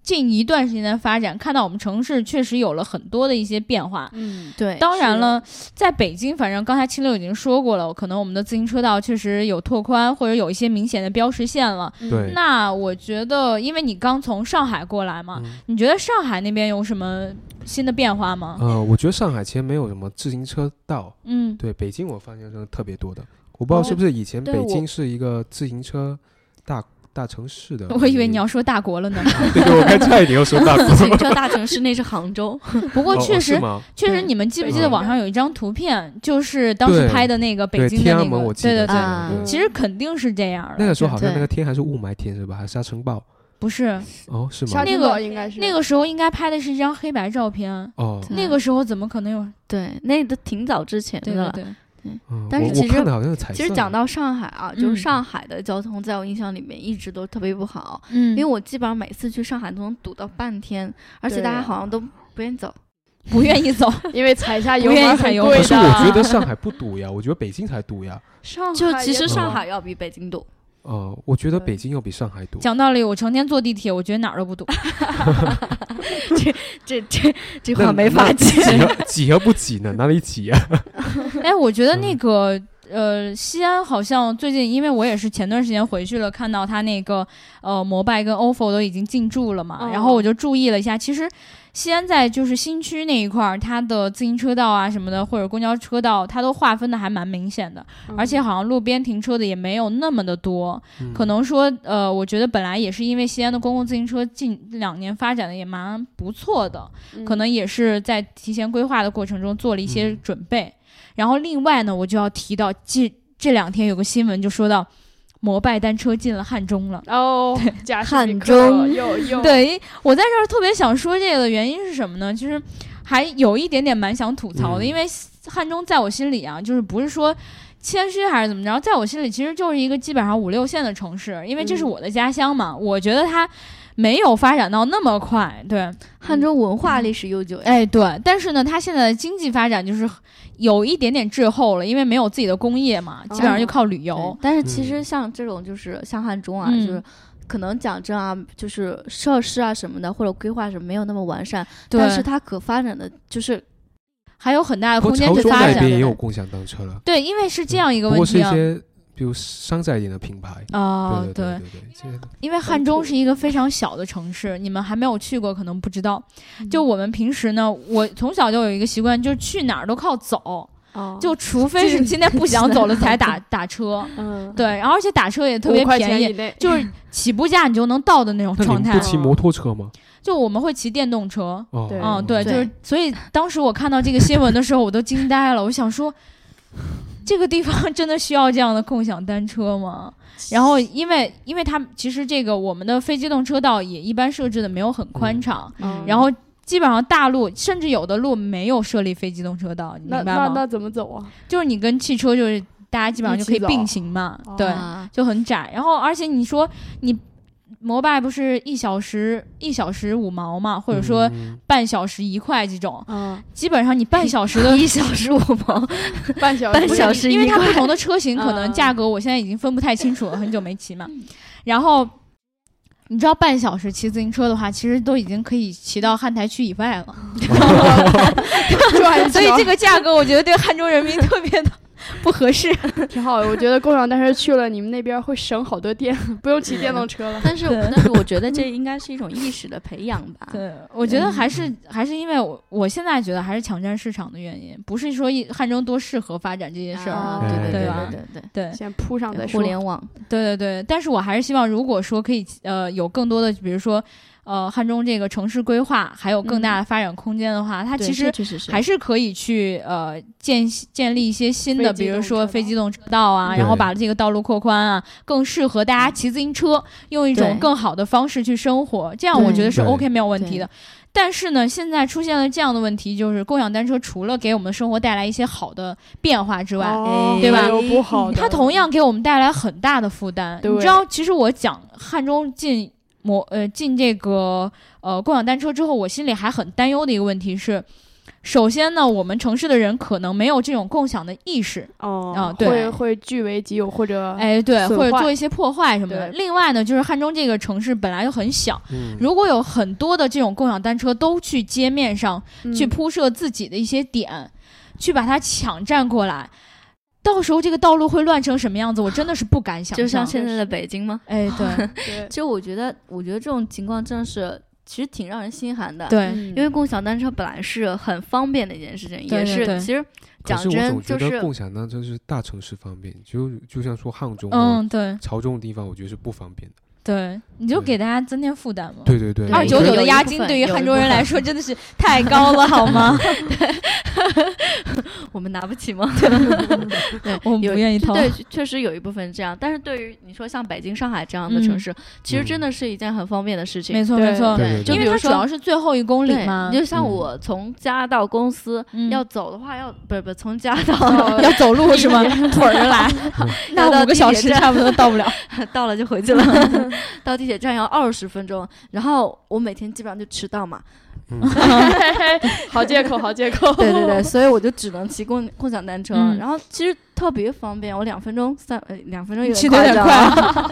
近一段时间的发展，看到我们城市确实有了很多的一些变化。嗯对，当然了，在北京，反正刚才七六已经说过了，可能我们的自行车道确实有拓宽，或者有一些明显的标识线了。对，那我觉得，因为你刚从上海过来嘛，嗯你觉得上海那边有什么新的变化吗？呃，我觉得上海其实没有什么自行车道，嗯，哦对，北京我发现真的特别多的。我不知道是不是以前对北我京是一个自行车大大城市的。 我以为你要说大国 了呢。对对，我刚差一点要说大自行车大城市那是杭州，啊不过哦确哦实是，吗？确实，对你们记不记得嗯网上有一张图片，就是当时对拍的那个北对，京天的安那门个我，记得对对这对，啊个。对其实肯定是这样的。那个时候好像对那个天还是雾霾天是吧？还是沙尘暴？不是哦，是沙吗？尘那个暴应该是那个时候应该拍的是一张黑白照片，哦，对那个时候怎么可能有？对，那都挺早之前的对对了，对，嗯，但我是其我看实的好像是彩色的。其实讲到上海啊，就嗯是上海的交通，在我印象里面一直都特别不好，嗯，因为我基本上每次去上海都能堵到半天，而且对大家啊好像都不愿意走。不愿意走， 因为踩一下不油愿门意踩很油贵门的。可是我觉得上海不堵呀，我觉得北京才堵呀。上就海其也实堵上啊海要比北京堵，呃，我觉得对北京要比上海堵。讲道理，我成天坐地铁，我觉得哪儿都不堵。这这这那话没法那接。挤和挤和不挤呢？哪里挤呀？ 哎，我觉得那个呃，西安好像最近，因为我也是前段时间回去了，看到他那个呃摩拜跟 OFO 都已经进驻了嘛，哦然后我就注意了一下，其实西安在就是新区那一块儿，它的自行车道啊什么的，或者公交车道，它都划分的还蛮明显的，嗯而且好像路边停车的也没有那么的多，可能说呃，我觉得本来也是因为西安的公共自行车近两年发展的也蛮不错的，嗯可能也是在提前规划的过程中做了一些准备。然后另外呢，我就要提到这这两天有个新闻就说到摩拜单车进了汉中了。哦，贾斯汉比克中又又对，我在这儿特别想说这个的原因是什么呢？其实还有一点点蛮想吐槽的，嗯因为汉中在我心里啊，就是不是说谦虚还是怎么着，在我心里其实就是一个基本上五六线的城市，因为这是嗯我的家乡嘛，我觉得它没有发展到那么快，对，汉中文化历史悠久，哎，哎，对，但是呢，它现在的经济发展就是有一点点滞后了，因为没有自己的工业嘛，基本上就靠旅游。对但是其嗯实像这种就是像汉中啊，嗯就是可能讲真啊，就是设施啊什么的或者规划什么没有那么完善，对但是它可发展的就是还有很大的不啊空过间潮去州发那展边也有的。共享单车了，对，因为是这样一个不问过是题一啊。些比如山寨一点的品牌。啊、对对对对，现在因为汉中是一个非常小的城市，你们还没有去过，可能不知道。就我们平时呢，我从小就有一个习惯，就是去哪儿都靠走，哦就除非是今天不想走了才打打车。嗯，对，然后而且打车也特别五块便钱以宜，内，就是起步价你就能到的那种那你状们态不。骑摩托车吗？就我们会骑电动车，哦，对哦嗯，对，就对是所以当时我看到这个新闻的时候，我都惊呆了，我想说。这个地方真的需要这样的共享单车吗？然后，因为因为他们其实这个我们的非机动车道也一般设置的没有很宽敞，嗯然后基本上大路甚至有的路没有设立非机动车道，你那明白那吗？那怎么走啊？就是你跟汽车就是大家基本上就可以一起走并行嘛，哦对，啊就很窄。然后而且你说你摩拜不是一小时一小时五毛嘛，或者说嗯半小时一块这种，嗯，基本上你半小时的 一小时五 毛，半小时，半小时一因为它块不同的车型可能嗯价格，我现在已经分不太清楚了，很久没骑嘛。然后你知道半小时骑自行车的话，其实都已经可以骑到汉台区以外 了，转一啊所以圈这个价格我觉得对汉中人民特别的不合适。挺好的。我觉得共享单车去了你们那边会省好多电， 不用骑电动车了。但是但是我觉得这应该是一种意识的培养吧。对，我嗯觉得还是还是因为我我现在觉得还是抢占市场的原因，不是说一汉中多适合发展这件事儿。啊嗯对哦对对吧对对对先铺上再对，说互。联网对对对，但是我还是希望，如果说可以，呃，有更多的，比如说，呃，汉中这个城市规划还有更大的发展空间的话，它嗯对其这实确实是还是可以去呃建建立一些新的，非机比动如说车道非机动车道啊，对然后把这个道路扩宽啊，更适合大家骑自行车，用一种对更好的方式去生活，这样对我觉得是对 OK 没有问题对的。但是呢，现在出现了这样的问题，就是共享单车除了给我们的生活带来一些好的变化之外，哦对吧还有不好的，嗯它同样给我们带来很大的负担。对你知道，其实我讲汉中进摩呃进这个呃共享单车之后，我心里还很担忧的一个问题是，首先呢，我们城市的人可能没有这种共享的意识，哦啊，对会会据为己有或者哎，对，啊损或者坏做一些破坏什么的。对另外呢，就是汉中这个城市本来就很小，嗯如果有很多的这种共享单车都去街面上嗯去铺设自己的一些点，去把它抢占过来。到时候这个道路会乱成什么样子，我真的是不敢想象。就像现在的北京吗？哎，对对其实我觉得，我觉得这种情况真的是其实挺让人心寒的。，对，嗯因为 共享单车本来是很方便的一件事情，对也对对是其实可讲是我真总觉就得是共享单车是大城市方便，就就像说汉中、啊、嗯，对潮州的地方，我觉得是不方便的。对，你就对给大家增添负担嘛。对对对，嗯二对九我九觉有的一押部金分对于有汉一中部人来分说真的是太高了，好吗？我们拿不起吗？对，我们有不愿意就掏对，确实有一部分这样，但是对于你说像北京、上海这样的城嗯市，其实嗯真的是一件很方便的事 情。没错对没错，对对就对因为比如它主说要是最后一公里对嘛你，就像嗯我从家到公司、嗯要走的话，要不是不是从家 到、要走路是吗？ 腿儿着来，嗯要那到五个地小铁时站差不多到不了。到了就回去了， 到地铁站要二十分钟，然后我每天基本上就迟到嘛。 好借口，好借口。 对 对对，所以我就只能骑共共享单车，嗯然后其实特别方便，我两分钟三呃两分钟有去点的有夸点张快啊，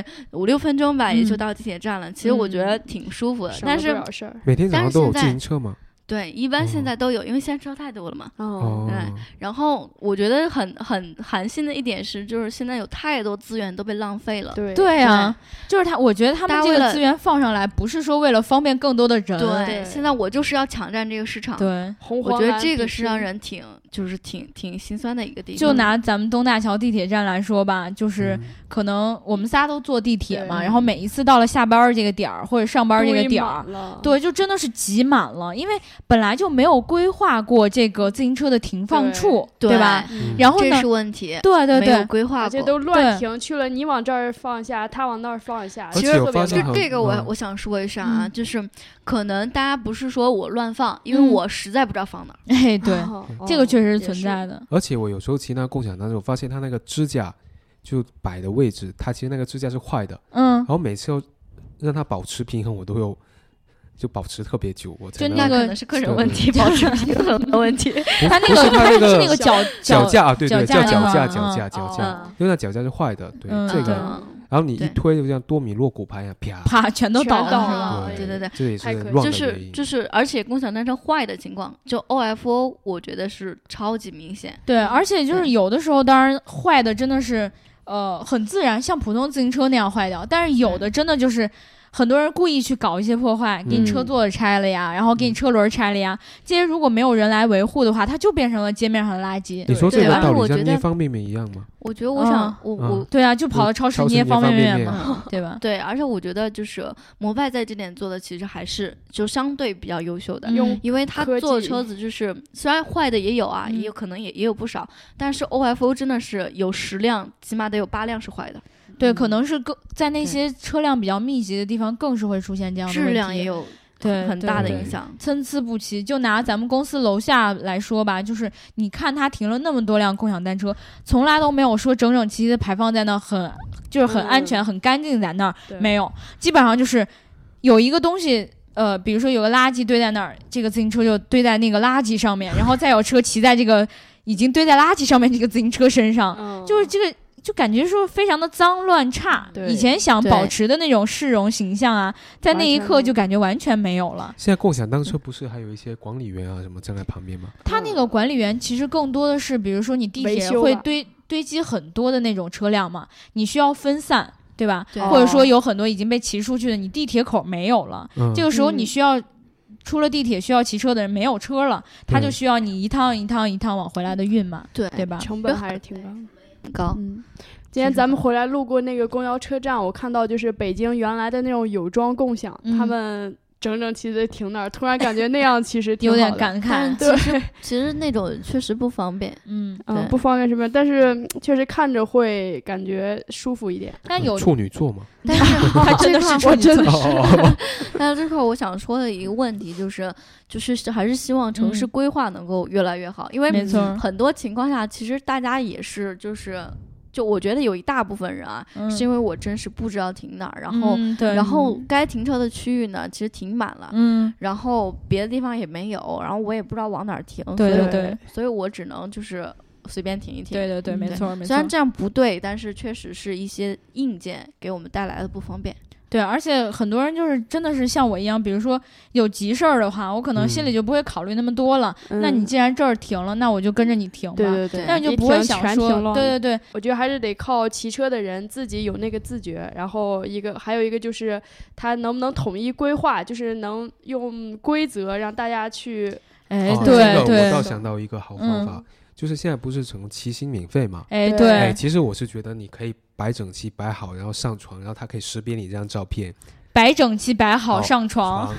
啊， 五六分钟吧也就嗯到地铁站了。其实我觉得挺舒服的，省了但不是少事儿，每天早但上是都有自现行车嘛？对一般现哦在都有，因为现在车太多了嘛。 嗯哦，哦，哎然后我觉得很很寒心的一点是，就是现在有太多资源都被浪费了。嗯 对对啊，就是他，我觉得他大们家这为个了资源放上来，不是说为了方便更多的人，对，对现在我就是要抢占这个市场。对红黄我觉蓝得这比个是拼让人挺就是挺挺心酸的一个地方。就拿咱们东大桥地铁站来说吧，就是嗯可能我们仨都坐地铁嘛，对然后每一次到了下班儿这个点儿或者上班儿这个堆点满儿，了，对，就真的是挤满了，因为本来就没有规划过这个自行车的停放对处，对吧？？嗯然后这呢是，问题，对对没有对，啊规划而且过。都对乱停去了，你往这儿放一下，他往那儿放一下，而其且实我特别发现乱很就这个我，嗯我想说一下啊，嗯就是可能大家不是说我乱放，因为嗯我实在不知道放哪儿。哎，对，哦这个确实是也存是在的，而且我有时候骑那个共享单车，我发现它那个支架就摆的位置，它其实那个支架是坏的，嗯然。后每次要让它保持平衡，我都有就保持特别久，我才就能那那个可能是个嗯人问题，保持平衡的问 题。不他那不个是它那是那个脚脚架啊，对脚对，架叫那个嗯脚架脚架嗯脚架，哦因为那脚架是坏的，对嗯这个，嗯然后你一对推就像多米诺骨牌一样，啪，啪，全都全倒倒了。了啊对对对这也是太可惜乱就的原是因，就是，而且共享单车坏的情况，就 OFO，我觉得是超级明显。对，而且就是对有的时候，当然坏的真的是呃很自然，像普通自行车那样坏掉。但是有的真的就是很多人故意去搞一些破坏，给你车嗯座子拆了呀，然后给你车轮拆了呀。这些如果没有人来维护的话，它就变成了街面上的垃圾。你说这对个而且道我理像觉得捏方便面一样吗？我觉得我想，我我嗯对啊，就跑到超市超市捏捏方方便面面嘛，对 吧？对，而且我觉得就是摩拜在这点做的其实还是就相对比较优秀的，用因为它科做技车子就是虽然坏的也有啊，嗯也有可能也也有不少，但是 OFO 真的是有十辆，起码得有八辆是坏的，对，嗯可能是更在那对些车辆比较密集的地方，更是会出现这样的质问量题也嗯有对很对大的对影响。参差不齐。就拿咱们公司楼下来说吧，就是你看他停了那么多辆共享单车，从来都没有说整整齐齐的排放在那很，就是很安全、很干净在那儿，嗯对没有，基本上就是有一个东西。呃，比如说有个垃圾堆在那儿，这个自行车就堆在那个垃圾上面，然后再有车骑在这个已经堆在垃圾上面这个自行车身上，嗯就是这个就感觉说非常的脏乱差。对以前想对保持的那种市容形象啊，在那一完全刻没就感觉完全没有了。现在共享单车不是还有一些管理员啊什么站在旁边吗？他那个管理员其实更多的是，比如说你地维铁修会吧堆堆积很多的那种车辆嘛，你需要分散，对吧？对或者哦说有很多已经被骑出去的，你地铁口没有了，嗯，这个时候你嗯需要。出了地铁需要骑车的人没有车了，他就对需要你一趟一趟一趟往回来的运嘛，对对吧？成本还是挺高的。很高，嗯，今天咱们回来路过那个公交车站，我看到就是北京原来的那种有装共享，嗯他们整整齐齐地停那儿，突然感觉那样其实挺有点好的。感但慨是，对，其实那种确实不方 便。嗯。嗯，对不方便什么，但是嗯确实看着会感觉舒服一点。但有嗯处 女座嘛，但是哦他真的这块是儿处女座，哦，但是这块儿我想说的一个问题就是，就是还是希望城市嗯规划能够越来越好，因为没错很多情况下，其实大家也是就是，就我觉得有一大部分人啊，嗯是因为我真是不知道停哪儿，然后、嗯对然后该停车的区域呢，其实停满了。嗯，然后别的地方也没有，然后我也不知道往哪儿停，对所以对我对所以我只能就是随便停一停。对对对，嗯没错没虽错然。这样不对，但是确实是一些硬件给我们带来的不方便。对，而且很多人就是真的是像我一样，比如说有急事儿的话，我可能心里嗯就不会考虑那么多了。那你嗯既然这儿停了，那我就跟着你停吧。对对对，但是你就不会想一停全说停，乱了对对对，我觉得还是得靠骑车的人自己有那个自觉，然后一个还有一个就是他能不能统一规划，就是能用规则让大家去哎哦对这个我倒对，想到一个好方嗯法，就是现在不是什么骑行免费嘛？哎对哎，对，其实我是觉得你可以摆整齐、摆好，然后上传，然后它可以识别你这张照片，摆整齐、摆好好上哦 床。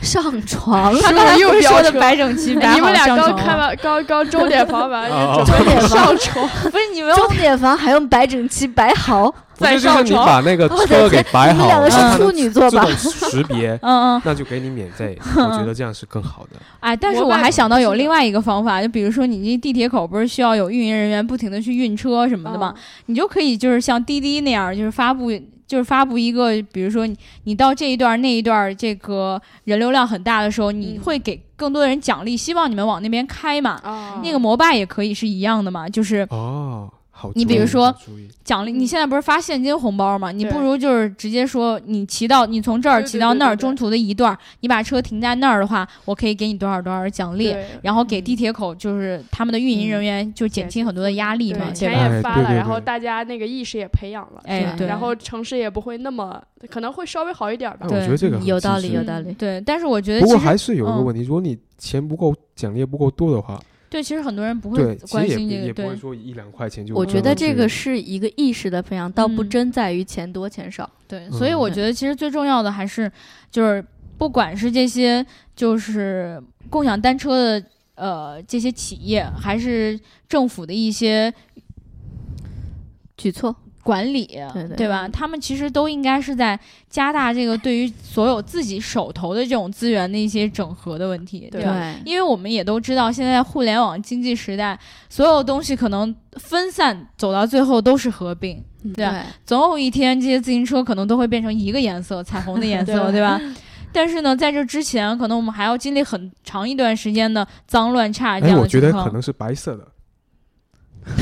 上 床，他刚才又不是飙说的车摆整齐、摆哎 你们好啊俩上刚床开吗？完，刚刚钟点房完， 哦准备钟点房 上床，不是你们，钟点房还用摆整齐摆好，不是再就是上你床。把那个 我的车给天摆你们好，啊两个然后是处女座自吧动？识 别嗯嗯，那就给你免费，我觉得这样是更好的。哎，但是国我外还不想到是有的另外一个方法，就比如说你这地铁口不是需要有运营人员不停的去运车什么嗯的吗？你就可以就是像滴滴那样，就是发布就是发布一个，比如说你你到这一段儿那一段儿这个人流量很大的时候，你嗯会给更多人奖励，希望你们往那边开嘛。啊那个摩拜也可以是一样的嘛，就是哦，好主意，你比如说好主意奖励。你嗯现在不是发现金红包吗？你对不如就是直接说，你骑到你从这儿对对骑到对那儿，对对中途的一段儿，你把车停在那儿的话，我可以给你多少多少奖励。对嗯然后给地铁口就是他们的运营人员就减轻很多的压力嘛，对，对钱吧？吧也发哎对了，对然后对大家那个意识也培养了，哎是吧对然后城市也不会那么，可能会稍微好一点吧哎，我。对觉得这个嗯很有机道智理，有道理。对，但是我觉得不其过实还是有一个嗯问题，如果你钱不够，奖励不够多的话，对，其实很多人不会对，其关实也心不这也个，不会对说一两块钱就。我觉嗯得这个对是一个意识的培养，倒不嗯真在于钱多钱少。对，所嗯以我觉得其实最重要的还是就是不管是这些就是共享单车的呃这些企业，还是政府的一些举措，管理，对对吧？他们其实都应该是在加大这个对于所有自己手头的这种资源的一些整合的问题，对吧？因为我们也都知道，现在互联网经济时代，所有东西可能分散，走到最后都是合并。对啊对，总有一天，这些自行车可能都会变成一个颜色，彩虹的颜色，对对吧？但是呢，在这之前，可能我们还要经历很长一段时间的脏乱差这哎，样我的觉情得况。可能是白色的，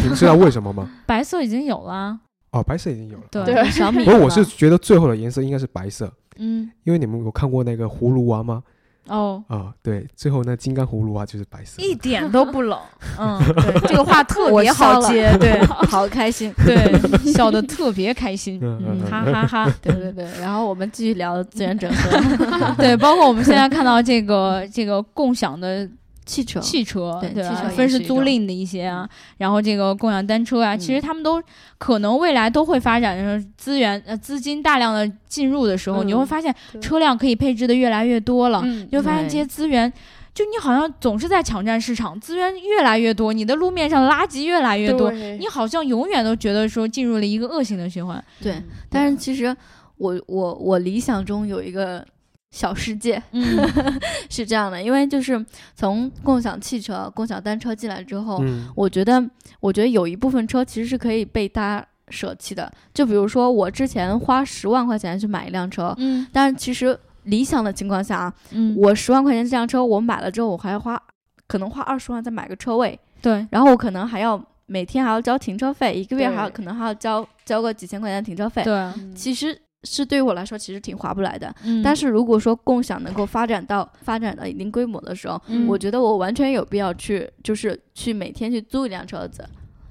你们知道为什么吗？ 白色已经有了啊，哦，白色已经有了。对啊对小米不的过我是嘛觉得最后的颜色应该是白色，嗯，因为你们有看过那个葫芦娃吗？哦，啊，对，最后那金刚葫芦娃就是白色的。一点都 不冷，嗯，对， 这个话特别我好笑了接，对 好开心。 对，笑得特别开心，嗯嗯嗯，嗯哈哈哈， 对对对，然后我们继续聊资源整合，对，包括我们现在看到这个这个共享的汽车汽车，对对吧汽车也分是时一租种赁的一些啊，然后这个共享单车啊，其实嗯他们都可能未来都会发展，就是资源呃资金大量的进入的时候，你会嗯发现对车辆可以配置的越来越多了，嗯你，会发现这对些资源。就你好像总是在抢占市场，资源越来越多，你的路面上垃圾越来越多，对你好像永远都觉得说进入了一个恶性的循环。对，嗯但是其实我我我理想中有一个小世界 嗯是这样的，因为就是从共享汽车、共享单车进来之后，嗯，我觉得，我觉得有一部分车其实是可以被大家舍弃的。就比如说，我之前花十万块钱去买一辆车，嗯但其实理想的情况下啊，嗯，我十万块钱这辆车我买了之后，我还要花可能花二十万再买个车位， 对，然后我可能还要每天还要交停车费，一个月还要对可能还要交交个几千块钱的停车费。对，啊嗯其实是对于我来说，其实挺划不来的。嗯但是如果说共享能够发展到发展到一定规模的时候，嗯我觉得我完全有必要去，就是去每天去租一辆车子，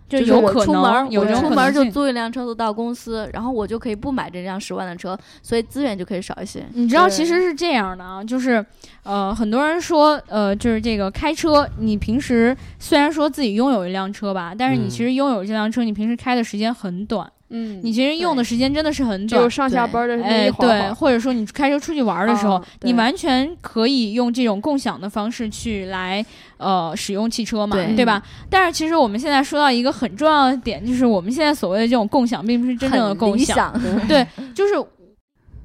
就是有我可出门儿，能有我这种出可门儿能就性租一辆车子到公司，然后我就可以不买这辆十万的车，所以资源就可以少一些。你知道，对其实是这样的啊，就是，呃，很多人说，呃，就是这个开车，你平时虽然说自己拥有一辆车吧，但是你嗯其实拥有这辆车，你平时开的时间很短，嗯，你其实用的时间真的是很只有短。上下对班的那哎，一会儿对，，或者说你开车出去玩的时候，哦对你完全可以用这种共享的方式去来呃使用汽车嘛，对吧？嗯但是其实我们现在说到一个很重要的点，就是我们现在所谓的这种共享，并不是真正的很共理享。想， 对，就是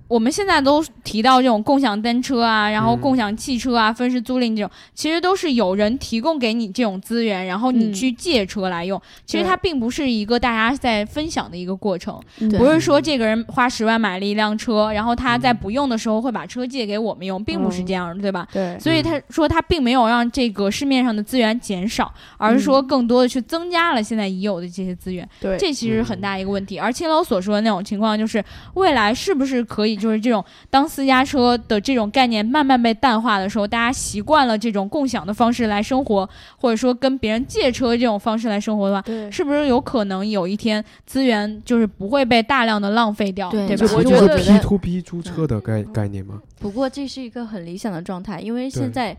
我们现在都提到这种共享单车啊，然后嗯共享汽车啊，分时租赁这种，其实都是有人提供给你这种资源，然后你嗯去借车来用。其实它并不是一个大家在分享的一个过程，对不是说这个人花十万买了一辆车，然后他在不用的时候会把车借给我们用，并不是嗯这样的，对吧？对，所以他说他并没有让这个市面上的资源减少，而是说更多的去增加了现在已有的这些资源。对这其实是很嗯大一个问题。而青楼所说的那种情况，就是未来是不是可以就是这种当私家车的这种概念慢慢被淡化的时候，大家习惯了这种共享的方式来生活，或者说跟别人借车这种方式来生活的话。对，是不是有可能有一天资源就是不会被大量的浪费掉，对对这吧？不我就觉是得 P to P 租车的概概念吗？不过这是一个很理想的状态，因为现对在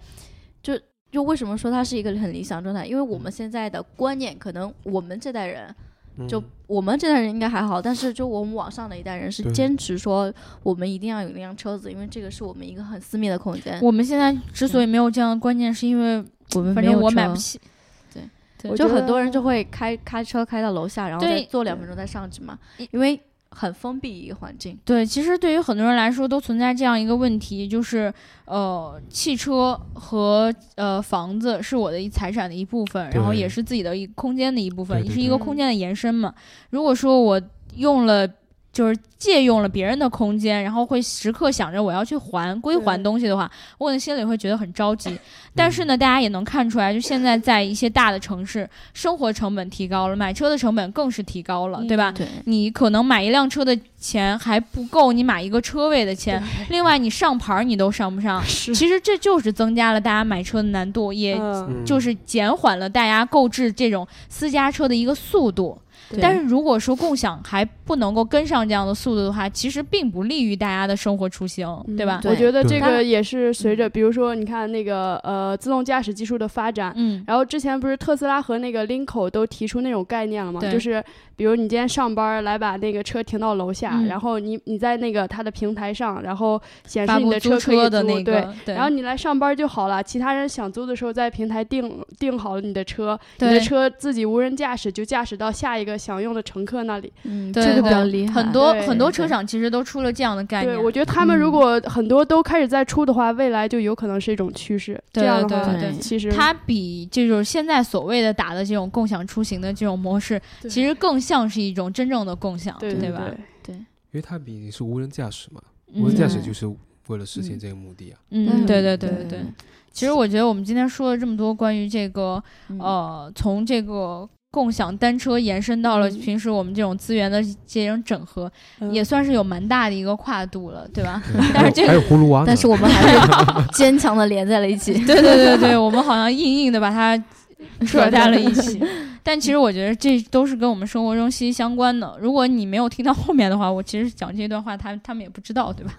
就嗯就为什么说它是一个很理想状态？因为我们现在的观念，可能我们这代人嗯就我们这代人应该还好，但是就我们往上的一代人是对坚持说我们一定要有一辆车子，因为这个是我们一个很私密的空间。我们现在之所以没有这样的观念，是因为我们反正我买不起。我就觉很得多人就会开开车开到楼下，然后再对坐两分钟再上去嘛，因为很封闭一个环境。对，其实对于很多人来说，都存在这样一个问题，就是呃，汽车和呃房子是我的一财产的一部分，然后对也是自己的一空间的一部分，对对也是一个对空间的延伸嘛。如果说我用了。就是借用了别人的空间，然后会时刻想着我要去还归还对。东西的话，我可能心里会觉得很着 急。但嗯是呢，大家也能看出来，就现在在一些大的城市，生活成本提高了，买车的成本更是提高了，对吧？对，你可能买一辆车的钱还不够你买一个车位的钱，另外你上牌儿你都上不上是，其实这就是增加了大家买车的难度，也嗯，就是减缓了大家购置这种私家车的一个速度。但是如果说共享还不能够跟上这样的速度的话，其实并不利于大家的生活出行，嗯对嗯吧？对我觉得嗯对这当个然也是随着，比如说你看那个呃自动驾驶技术的发展，嗯，然后之前不是特斯拉和那个林口都提出那种概念了吗？对就是比如你今天上班儿来把那个车停到楼下，嗯然后你你在那个它的平台上，然后显示发你布的租可以租，车的那对。个，对，然后你来上班儿就好了，其他人想租的时候在平台订订好你的车，你对的车自己无人驾驶就驾驶到下一个想用的乘客那里。嗯，对这个比对较厉害。很多对很多对车厂其实都出了这样的概对，念。嗯我觉得他们如果很多都开始在出的话，未来就有可能是一种趋势。对这样对的话，对其实它比这种现在所谓的打的这种共享出行的这种模式，对其实更像是一种真正的共享，对对吧？ 因为它毕竟是无人驾驶嘛，嗯无人驾驶嗯就是为了实现这个目的啊。嗯，嗯对对对对对对。其实我觉得我们今天说了这么多关于这个嗯呃，从这个共享单车延伸到了嗯平时我们这种资源的这种整合，也算是有蛮大的一个跨度了，对吧？对但是这个 还有还有葫芦娃呢，但是我们还 是坚强的连在了一起。 对对对对，我们好像硬硬的把它扯在了一 起。但其实我觉得这都是跟我们生活中息息相关的。如果你没有听到后面的话，我其实讲这段话，他他们也不知道， 对吧？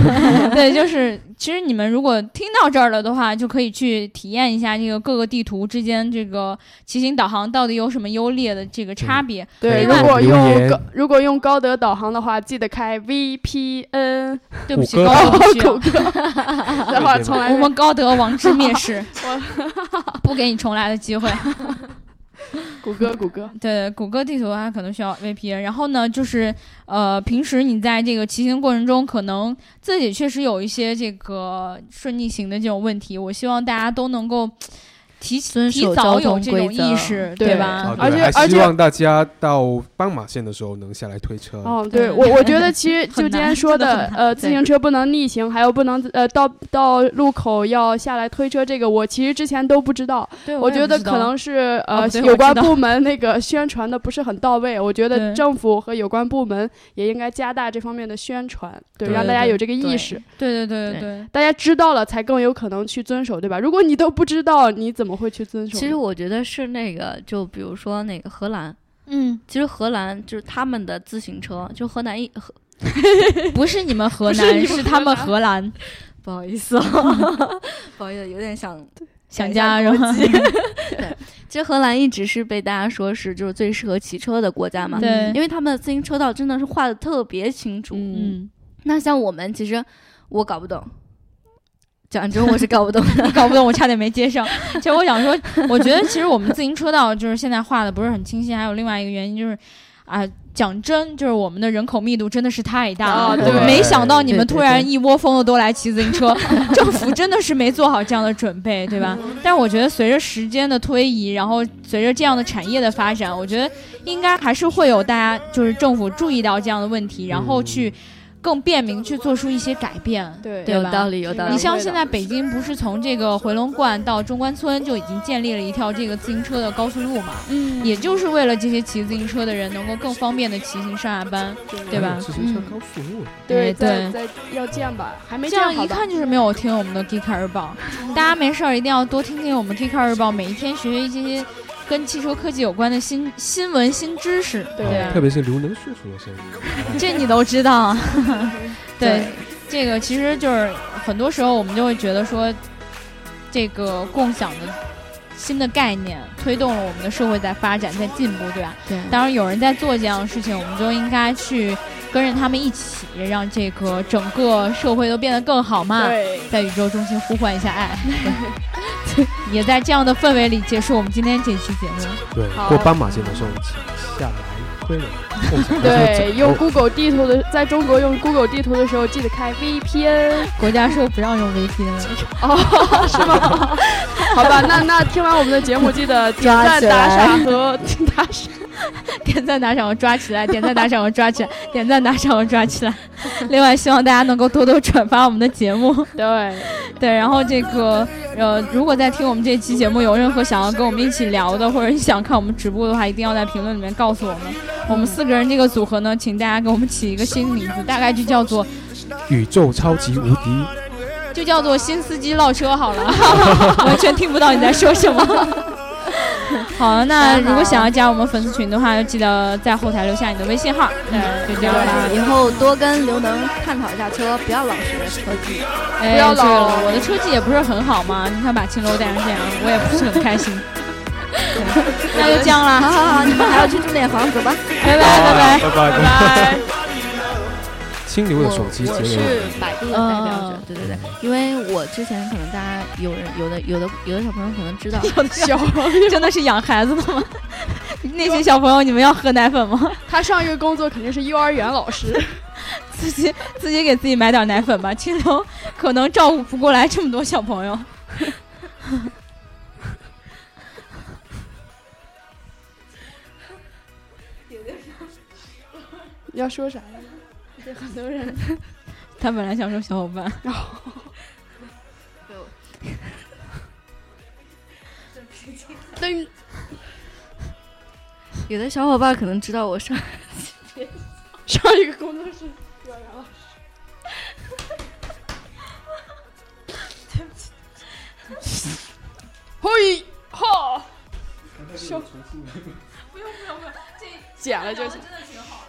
对，就是其实你们如果听到这儿了的话，就可以去体验一下这个各个地图之间这个骑行导航到底有什么优劣的这个差别。对，另如外果留用言高如果用高德导航的话，记得开 VPN 对不起，谷歌高德 不需要 谷歌，这话从来我没们高德王之蔑视， 不给你重来的机会。谷歌谷歌。对，谷歌地图它可能需要 VPN。然后呢，就是呃，平时你在这个骑行过程中，可能自己确实有一些这个顺逆行的这种问题，我希望大家都能够提遵提守早交有通这规种意则识，对吧啊，？而对且还而希且望大家到斑马线的时候能下来推车。哦，对对我我觉得其 实就很今难天说真的的很，难呃，自行车不能逆行，还有不能呃到到路口要下来推车，这个我其实之前都不知道。对，我也觉不得知可道能是哦呃对我有知关道部门那个宣传的不是很到位，我觉对得政府和有关部门也应该加大这方面的宣传，对，对让大家对有这个意对识，对对对对对对，大家知道了才更有可能去遵守，对吧？如果你都不知道，你怎么会去遵守呢？其实我觉得是那个，就比如说那个荷兰，嗯，其实荷兰就是他们的自行车，就河南一河，不是你们河不是南，你们是河他们南荷 兰不好意思、哦， 不好意思，有点想想家家是 吧？对，其实荷兰一直是被大家说是就是最适合骑车的国家嘛，对因为他们的自行车道真的是画的特别清楚。嗯，嗯，那像我们其实我搞不懂，讲真我是搞 不懂的。你搞不懂，我差点没接上。其实我想说，我觉得其实我们自行车道就是现在画的不是很清晰，还有另外一个原因就是，啊、讲真，就是我们的人口密度真的是太大了，啊对没想到你们对对突然对一窝蜂的都来骑自行 车，政府真的是没做好这样的准备，对吧？但是我觉得随着时间的推移，然后随着这样的产业的发展，我觉得应该还是会有大家就是政府注意到这样的问题，然后嗯去更便民去做出一些改变，对对吧？有道理，有道理你嗯。像会的现在北京不是从这个回龙观到中关村就已经建立了一条这个自行车的高速路嘛？嗯也就是为了这些骑自行车的人能够更方便的骑行上下班。对吧自行车嗯高速路，啊对哎在对在要建吧，还没这样建好一吧？看就是没有听我们的 Geek 日 报，大家没事儿一定要多听听我们 Geek 日报，每一天学习这些跟汽车科技有关的新新闻、新知识，对对啊啊特吧？别是刘能叔叔的声音，这你都知道，对对，这个其实就是很多时候我们就会觉得说，这个共享的新的概念，推动了我们的社会在发展、在进步，对吧？对，当然，有人在做这样的事情，我们就应该去跟着他们一起，让这个整个社会都变得更好嘛。对，在宇宙中心呼唤一下爱，也在这样的氛围里结束我们今天这期节目。对，好过斑马线的时候，请下来归了。对，用哦 Google 地图的，在中国用 Google 地图的时候，记得开 VPN，国家说不让用 VPN 了，是吗？好吧，那那听完我们的节目，记得点抓赞、起打来赏和打赏。点赞打赏我抓起来，点赞打赏我抓起来， 点赞打赏我抓起来。另外，希望大家能够多多转发我们的节目。 对，对，然后这个呃，如果在听我们这期节目有任何想要跟我们一起聊的，或者你想看我们直播的话，一定要在评论里面告诉我们。我们四个人这个组合呢，请大家给我们起一个新名字， 大概就叫做宇宙超级无敌，就叫做新司机唠车好了， 完全听不到你在说什么。 好，那如果想要加我们粉丝群的话，就记得在后台留下你的微信号。嗯，就这样啦。以后多跟刘能探讨一下车，不要老学车技。哎，不要对老了，我的车技也不是很好嘛，你看把青楼带成这样，我也不是很开心。 对那就这样啦，好好好，你们还要去住那房子吧。拜拜拜拜。 拜拜拜拜。清流的手机我我结是尾。百度的代表嗯者，对对对，因为我之前可能大家有人有的有的有的小朋友可能 知道，小，真的是养孩子的吗？那些小朋友，你们要喝奶粉吗？他上一个工作肯定是幼儿园老师，自己自己给自己买点奶粉吧，青楼可能照顾不过来这么多小朋友。你要说啥呀？这很多人，他本来想说小伙伴，对，有的小伙伴可能知道我上上一个工作是幼儿园老师。对不起，嘿哈，收，不用不用不用， 这剪了就行。真的挺好，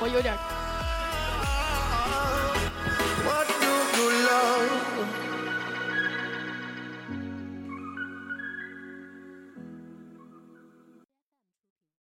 我有点。 What